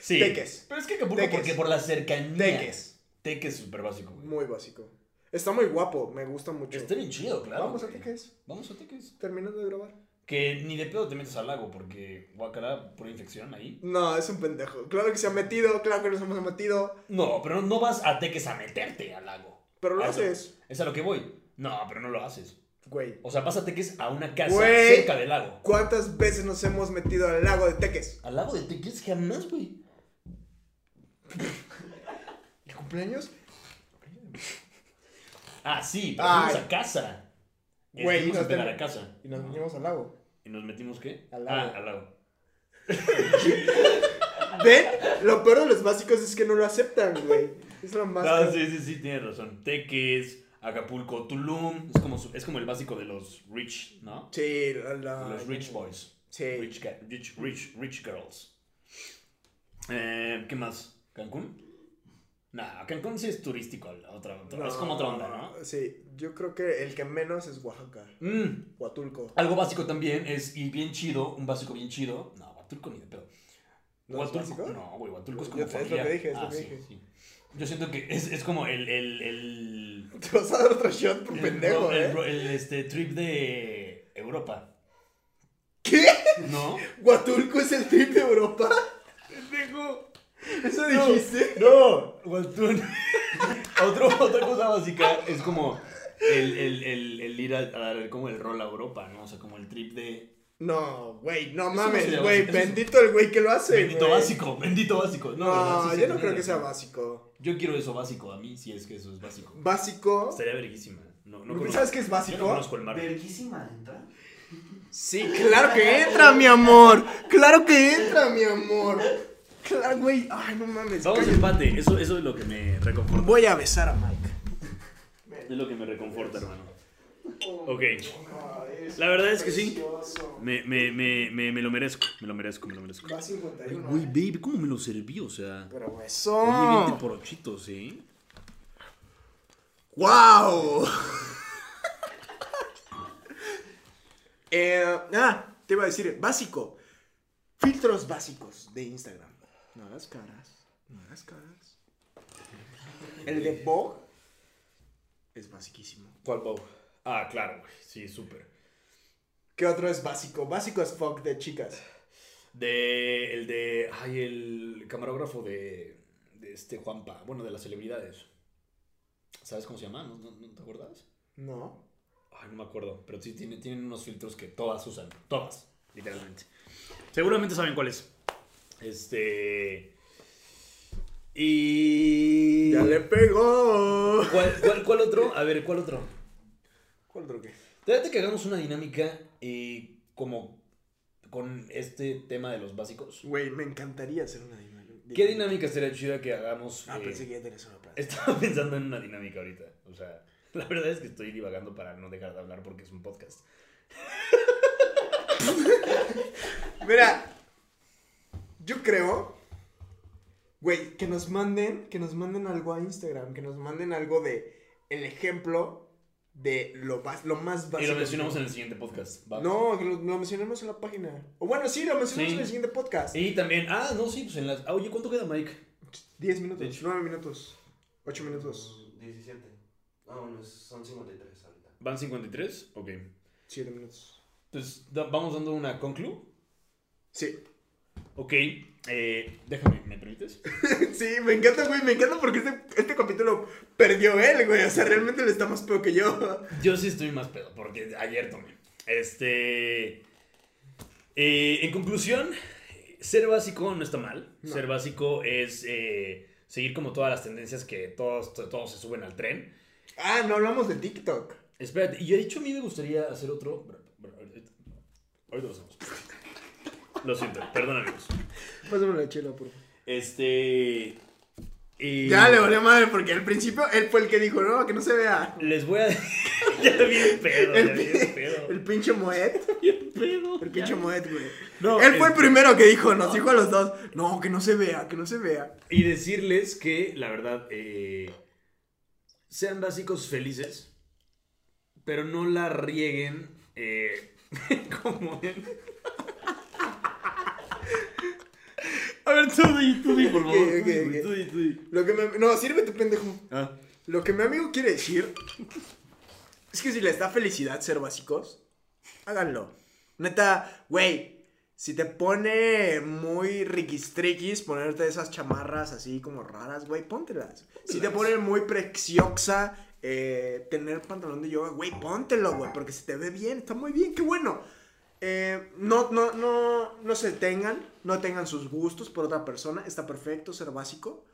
E: sí.
D: Teques.
E: Pero es que Acapulco,
D: Teques.
E: porque por la cercanía.
D: Teques.
E: Teques es súper básico, güey.
D: Muy básico. Está muy guapo, me gusta mucho.
E: Está bien chido, claro.
D: Vamos a
E: güey.
D: Teques.
E: Vamos a Teques.
D: Terminando de grabar.
E: Que ni de pedo te metes al lago porque guacala por infección ahí.
D: No, es un pendejo. Claro que se ha metido, claro que nos hemos metido.
E: No, pero no vas a Teques a meterte al lago.
D: Pero lo
E: A eso-
D: haces.
E: Es a lo que voy. No, pero no lo haces.
D: Güey.
E: O sea, vas a Teques a una casa
D: Güey.
E: cerca del lago.
D: ¿Cuántas veces nos hemos metido al lago de Teques?
E: Al lago de Teques jamás, güey.
D: ¿El cumpleaños?
E: Ah, sí, pero fuimos
D: Ay.
E: a casa. Eh,
D: Güey,
E: fuimos
D: no
E: a pegar
D: te-
E: a casa.
D: Y nos metimos al lago.
E: ¿Y nos metimos qué?
D: Al lago.
E: Ah, al lago.
D: ¿Ven? Lo peor de los básicos es que no lo aceptan, güey. Es lo más.
E: No,
D: que-
E: Ah, sí, sí, sí, tienes razón. Teques, Acapulco, Tulum. Es como, su- es como el básico de los rich, ¿no?
D: Sí, la- la-
E: los rich boys.
D: Sí.
E: Rich, ga- rich, rich, rich girls. Eh, ¿Qué más? ¿Cancún? Nah, Cancún sí es turístico. la Otra, otra- es como otra onda, ¿no?
D: Sí, yo creo que el que menos es Oaxaca.
E: Mm,
D: Huatulco. *laughs*
E: Algo básico también es, y bien chido, un básico bien chido. No, Huatulco ni de pedo.
D: ¿No es
E: Huatulco,
D: básico?
E: No, güey, Huatulco es
D: Yo-
E: como
D: es lo que
E: familiar.
D: dije, es lo
E: Ah,
D: que
E: sí,
D: dije.
E: sí. Yo siento que es, es como el... el, el
D: Te vas a dar otro shot por
E: el
D: pendejo,
E: ro- el,
D: ¿eh?
E: ro- el, este, trip de Europa.
D: ¿Qué?
E: ¿No?
D: ¿Huatulco es el trip de Europa? ¿Eso dijiste?
E: No, Waltun. *laughs* Otro, *laughs* otra cosa básica es como el, el, el, el ir a, a dar como el rol a Europa, ¿no? O sea, como el trip de.
D: No, güey, no
E: no sería
D: mames, güey.
E: básico, eso-
D: Bendito el güey que lo hace.
E: bendito
D: güey.
E: básico, bendito básico. No,
D: No,
E: ¿verdad? Sí,
D: yo
E: sí,
D: no
E: sí,
D: creo
E: sí.
D: que sea básico.
E: Yo quiero eso básico, a mí si es que eso es básico.
D: Básico.
E: Estaría verguísima. No, no
D: ¿Sabes
E: conozco-
D: qué es
E: Yo no
D: básico?
E: conozco el mar.
C: Verguísima entra.
D: Sí, claro que entra, mi amor. Claro que entra, mi amor. Claro, güey. Ay, no mames.
E: Vamos a
D: cállate.
E: empate, eso, eso es lo que me reconforta.
D: Voy a besar a Mike.
E: Es lo que me reconforta, hermano. Ok. La verdad es que sí. Me, me, me, me, me lo merezco, me lo merezco, me lo merezco.
D: Va 51.
E: Güey, babe, ¿cómo me lo serví? O sea.
D: Pero
E: Oye, bien
D: eso.
E: porochitos, ¿eh?
D: ¡Wow! eh, ah, te iba a decir, básico. Filtros básicos de Instagram. No hagas caras. No hagas caras. El de Vogue es basiquísimo.
E: ¿Cuál Bow? Ah, claro, güey. Sí, súper.
D: ¿Qué otro es básico? Básico es fuck de chicas.
E: De. El de. Ay, el camarógrafo de. De este Juanpa. Bueno, de las celebridades. ¿Sabes cómo se llama? ¿No, no- no te acuerdas?
D: No.
E: Ay, no me acuerdo. Pero sí tiene- tienen unos filtros que todas usan. Todas, literalmente. Seguramente saben cuál es. Este. Y.
D: Ya le pegó.
E: ¿Cuál, cuál, cuál otro? A ver, ¿cuál otro?
D: ¿Cuál otro qué?
E: Fíjate que hagamos una dinámica eh, como con este tema de los básicos.
D: Güey, me encantaría hacer una dinámica.
E: ¿Qué dinámica sería chida que hagamos?
D: Ah,
E: eh,
D: pensé que ya tenías una plata.
E: *laughs* Estaba pensando en una dinámica ahorita. O sea, *laughs* la verdad es que estoy divagando para no dejar de hablar porque es un podcast.
D: Mira, yo creo, güey, que nos manden, que nos manden algo a Instagram, que nos manden algo de el ejemplo de lo, bas- lo más básico.
E: Y lo mencionamos en el siguiente podcast. ¿va?
D: No, que lo, lo mencionemos en la página. O bueno, sí, lo mencionamos
E: Sí.
D: en el siguiente podcast.
E: Y también, ah, no, sí, pues en las. Ah, oye, ¿cuánto queda, Mike?
D: 10
E: De
D: minutos,
E: hecho.
D: 9 minutos, 8 minutos,
C: 17. No, Ah, bueno, es- son 53 ahorita.
E: ¿Van 53? Ok.
D: 7 minutos.
E: Entonces, da- vamos dando una conclu.
D: Sí. *laughs*
E: Ok. eh, déjame, ¿me permites?
D: Sí, me encanta, güey, me encanta porque este, este capítulo perdió él, güey. O sea, realmente le está más peor que yo. *laughs*
E: Yo sí estoy más pedo, porque ayer tomé. Este. eh, en conclusión, ser básico no está mal.
D: No.
E: Ser básico es eh, seguir como todas las tendencias que todos, to- todos se suben al tren.
D: Ah, no hablamos de TikTok.
E: Espérate, y de hecho a mí me gustaría hacer otro. br- br- ahorita- Ahorita lo hacemos. Lo siento, perdón amigos.
D: Pásame la chela, por favor.
E: Este. y-
D: Ya le valió madre porque al principio él fue el que dijo, no, que no se vea.
E: Les voy a. *laughs* ya bien pedo, ya
D: El,
E: bien pedo.
D: el pinche Moet.
E: *laughs* bien pedo.
D: El pinche
E: ya.
D: Moet, güey.
E: No,
D: él fue el
E: este-
D: primero que dijo, nos dijo a los dos, no, que no se vea, que no se vea.
E: Y decirles que, la verdad, eh, sean básicos felices, pero no la rieguen eh, *laughs* como en... A ver, tú di, tú di, por favor.
D: Ok, ok,
E: tú di, güey,
D: ok.
E: tú di, tú di.
D: Lo que me... No, sírvete, pendejo.
E: Ah,
D: Lo que mi amigo quiere decir *laughs* es que si les da felicidad ser básicos, háganlo. Neta, güey, si te pone muy riquistriquis ponerte esas chamarras así como raras, güey, póntelas. Si te pone muy prexioxa eh, tener pantalón de yoga, güey, póntelo, güey, porque se te ve bien, está muy bien, qué bueno. Eh, no, no, no, no se tengan, no tengan sus gustos por otra persona, está perfecto ser básico.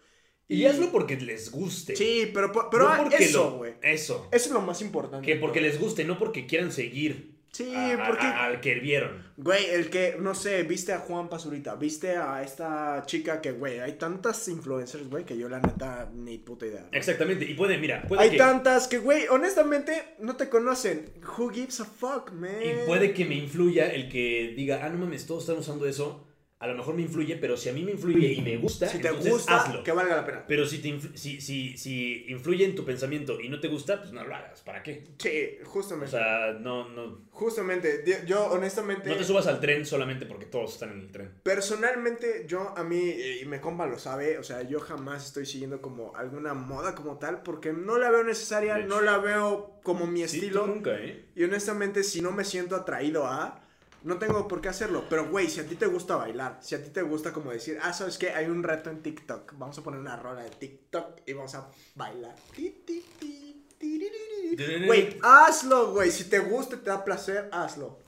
E: Y hazlo porque les guste.
D: Sí, pero, po- pero
E: No
D: ah,
E: porque
D: eso,
E: lo-
D: güey.
E: Eso.
D: Eso es lo más importante.
E: Que porque Ah, les guste, no porque quieran seguir.
D: Sí,
E: a- a-
D: porque...
E: a- al que vieron.
D: Güey, el que, no sé, viste a Juan Pazurita, viste a esta chica que, güey, hay tantas influencers, güey, que yo la neta ni puta idea. ¿no?
E: Exactamente. Y puede, mira, puede
D: Hay
E: que.
D: tantas que, güey, honestamente, no te conocen. Who gives a fuck, man?
E: Y puede que me influya el que diga, ah, no mames, todos están usando eso. A lo mejor me influye, pero si a mí me influye y me gusta,
D: Si te
E: entonces
D: gusta,
E: hazlo.
D: que valga la pena.
E: Pero si, te influ- si, si, si influye en tu pensamiento y no te gusta, pues no lo hagas. ¿Para qué?
D: Sí,
E: O
D: justamente.
E: sea, no, no,
D: justamente. di- Yo, honestamente.
E: no te subas al tren solamente porque todos están en el tren.
D: Personalmente, yo a mí, eh, y me compa lo sabe, o sea, yo jamás estoy siguiendo como alguna moda como tal, porque no la veo necesaria,
E: De hecho.
D: no la veo como mi
E: Sí,
D: estilo.
E: tú nunca, ¿eh?
D: Y honestamente, si no me siento atraído a, no tengo por qué hacerlo. Pero, güey, si a ti te gusta bailar, si a ti te gusta como decir, ah, ¿sabes qué? Hay un reto en TikTok. Vamos a poner una rola de TikTok y vamos a bailar. Ti, ti, ti, tiririri. Güey, hazlo, güey. Si te gusta, y te da placer, hazlo.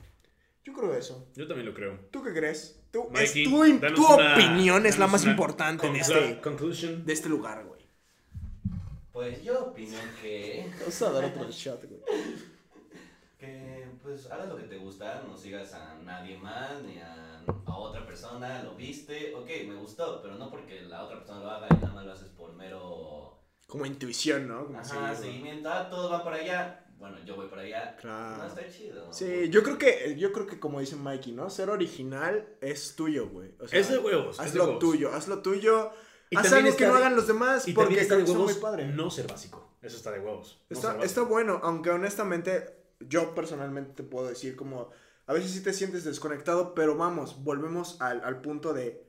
D: Yo creo eso.
E: Yo también lo creo.
D: ¿Tú qué crees? Tú, es
E: Mikey,
D: tu, im-
E: danos
D: tu
E: una-
D: opinión es la
E: danos
D: más
E: una
D: importante de
E: conclu-
D: este,
E: Conclusion.
D: de este lugar, güey.
C: Pues yo opino que,
D: Vamos a dar otro shot, güey.
C: que pues hagas lo que te gusta, no sigas a nadie más ni a, a otra persona, lo viste, ok, me gustó, pero no porque la otra persona lo haga y nada más lo haces por mero
D: Como intuición, ¿no? Como
C: Ajá,
D: seguir, güey.
C: seguimiento, ah, todos van para allá, bueno, yo voy para allá,
D: Claro.
C: no está chido.
D: Ah. Sí, yo creo que, yo creo que como dice Mikey, ¿no? Ser original es tuyo, güey. O sea,
E: Es de huevos. es
D: Haz
E: de
D: lo
E: huevos.
D: tuyo, haz lo tuyo.
E: Y
D: haz
E: también
D: algo que
E: está
D: no
E: de-
D: hagan los demás
E: Y
D: porque
E: también está de
D: está muy
E: huevos
D: padre.
E: no ser básico. Eso está de huevos. No ser
D: está,
E: básico.
D: está bueno, aunque honestamente yo personalmente te puedo decir como, a veces sí te sientes desconectado, pero vamos, volvemos al, al punto de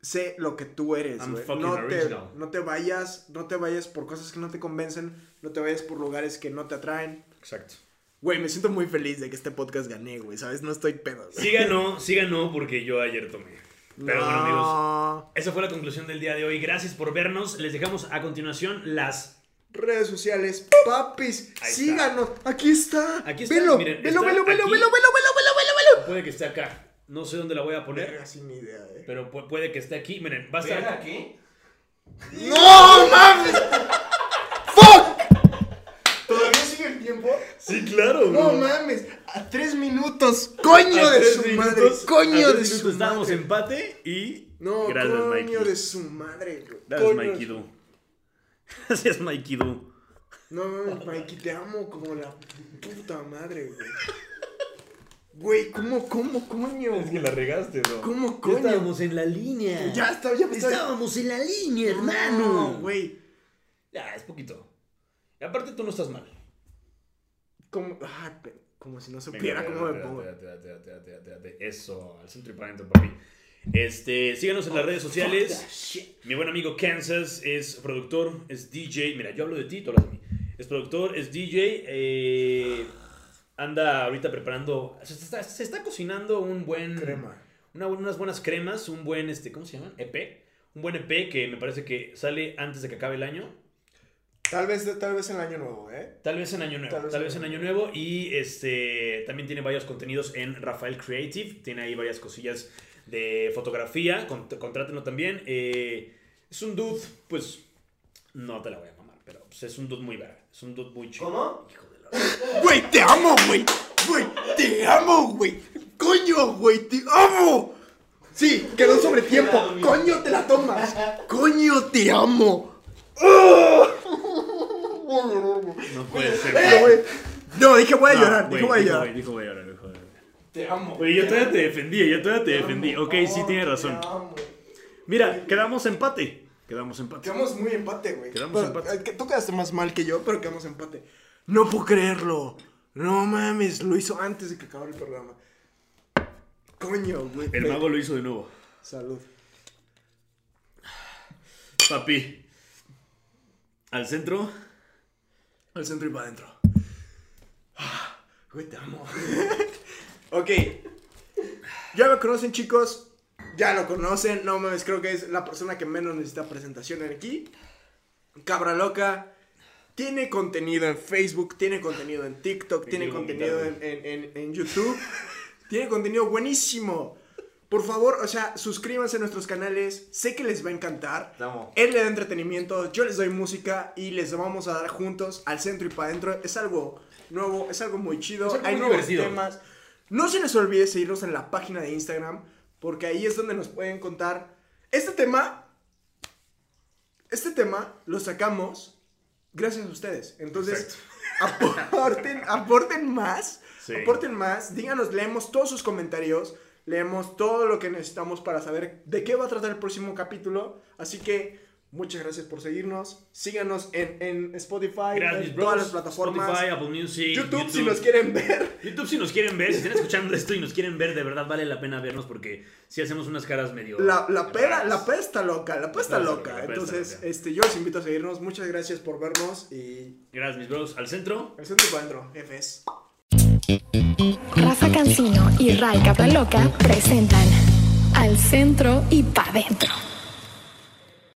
D: sé lo que tú eres,
E: I'm
D: güey.
E: fucking
D: No te,
E: original.
D: no te vayas, no te vayas por cosas que no te convencen, no te vayas por lugares que no te atraen.
E: Exacto.
D: Güey, me siento muy feliz de que este podcast gané, güey, ¿sabes? No estoy pedo. güey.
E: Sí ganó, sí ganó porque yo ayer tomé. Pero bueno, amigos,
D: No.
E: esa fue la conclusión del día de hoy. Gracias por vernos. Les dejamos a continuación las.
D: Redes sociales, papis,
E: Ahí está.
D: síganos. Aquí está.
E: Aquí está,
D: Velo,
E: miren,
D: velo,
E: está
D: velo, velo,
E: aquí.
D: velo, velo, velo, velo, velo,
E: Puede que esté acá. No sé dónde la voy a poner,
D: Verga, sin idea, eh.
E: pero pu- puede que esté aquí. Miren, va a
C: ¿Ven
E: estar.
C: aquí?
D: ¡No mames! ¡Fuck! ¿Todavía sigue el tiempo?
E: Sí, claro.
D: No
E: güey.
D: mames, a tres minutos, coño
E: A
D: de
E: tres
D: su madre,
E: minutos- a
D: coño
E: tres
D: de
E: minutos
D: su
E: Estábamos
D: madre.
E: empate y.
D: No,
E: Gracias,
D: coño
E: Mikey.
D: de su madre, güey.
E: Gracias,
D: coño de
E: Mikey
D: su-
E: Du. *laughs* Gracias, Mikey Du.
D: No mames, Mikey, te amo como la puta madre, güey. Güey, ¿cómo, cómo, coño? güey?
E: la regaste, bro.
D: ¿Cómo, coño? pues,
E: en la línea.
D: Ya estaba, ya me estaba-
E: Pues en la línea,
D: No, güey.
E: Ya, es poquito. Y aparte tú no estás mal.
D: Como, ah, pe- como si no supiera
E: Venga,
D: cómo me
E: date,
D: pongo.
E: date, date, date, date, date, date. Eso, al centro y para adentro, papi. Este, síganos en las redes
D: Oh, Fuck that
E: sociales.
D: shit.
E: Mi buen amigo Kansas es productor, es DJ. Mira, yo hablo de ti, tú hablas de mí. Es productor, es DJ. eh, anda ahorita preparando. Se está, se está cocinando un buen.
D: Crema.
E: una- unas buenas cremas, un buen, este, ¿cómo se llaman? EP. Un buen EP que me parece que sale antes de que acabe el año.
D: Tal vez, tal vez en el año nuevo, ¿eh?
E: Tal vez en Año Nuevo. Tal vez, en Año Nuevo. Y este también tiene varios contenidos en Rafael Creative. Tiene ahí varias cosillas de fotografía. Cont- contrátenlo también. Eh, es un dude, pues. No te la voy a mamar, pero pues, es un dude muy verga. Es un dude muy chido.
C: ¿Cómo?
E: Hijo de la-
D: Güey, te amo, güey. Güey, te amo, güey. Coño, güey, te amo. Sí, quedó sobre tiempo. Coño, te la tomas. Coño, te amo.
E: No puede ser.
D: Eh, güey. No, dije voy a
E: Pues, No,
D: llorar,
E: güey,
D: dije voy a
E: dijo,
D: llorar.
E: güey, dijo, voy a llorar, dijo, voy a llorar.
D: Te amo.
E: Güey, yo todavía te defendí, yo todavía te defendí. Ok, sí, tienes razón. Mira, quedamos empate. Quedamos empate.
D: Quedamos muy empate, güey.
E: Quedamos
D: Pero,
E: empate.
D: eh, que Tú quedaste más mal que yo, pero quedamos empate. No puedo creerlo. No mames, lo hizo antes de que acabara el programa. Coño, güey.
E: El mago lo hizo de nuevo.
D: Salud.
E: Papi. Al centro.
D: Al centro y para adentro. Ah, Güey, te amo. ok. Ya me conocen, chicos. Ya lo conocen. No mames, creo que es la persona que menos necesita presentación aquí. Cabra loca. Tiene contenido en Facebook, tiene contenido en TikTok, tiene
E: quiero
D: contenido en,
E: vomitar,
D: en- en- en YouTube. tiene contenido buenísimo. Por favor, o sea, suscríbanse a nuestros canales. Sé que les va a encantar.
E: Te amo.
D: Él le da entretenimiento, yo les doy música y les vamos a dar juntos al centro y para adentro. Es algo nuevo, es algo muy chido.
B: Es algo
D: Hay
B: muy
D: nuevos
B: divertido.
D: temas. No se les olvide seguirnos en la página de Instagram, porque ahí es donde nos pueden contar. Este tema, este tema lo sacamos gracias a ustedes. Entonces, *laughs* aporten, aporten más.
B: Sí.
D: Aporten más, díganos, leemos todos sus comentarios, leemos todo lo que necesitamos para saber de qué va a tratar el próximo capítulo. Así que muchas gracias por seguirnos. Síganos en, en Spotify,
B: Gracias,
D: en
B: bros.
D: todas las plataformas.
B: Spotify, Apple Music,
D: YouTube, si nos quieren ver.
B: YouTube, si nos quieren ver, si están escuchando esto y nos quieren ver, de verdad vale la pena vernos porque si hacemos unas caras medio.
D: La, la pera,
B: raras.
D: la pera está loca, la pera
B: pera está
D: está
B: loca,
D: loca.
B: la pera está
D: Entonces,
B: loca.
D: este, yo los invito a seguirnos. Muchas gracias por vernos y
B: Gracias, mis bros. Al centro.
D: al centro para adentro, jefes.
A: Rafa Cancino y Ray Capaloca presentan Al centro y pa' dentro.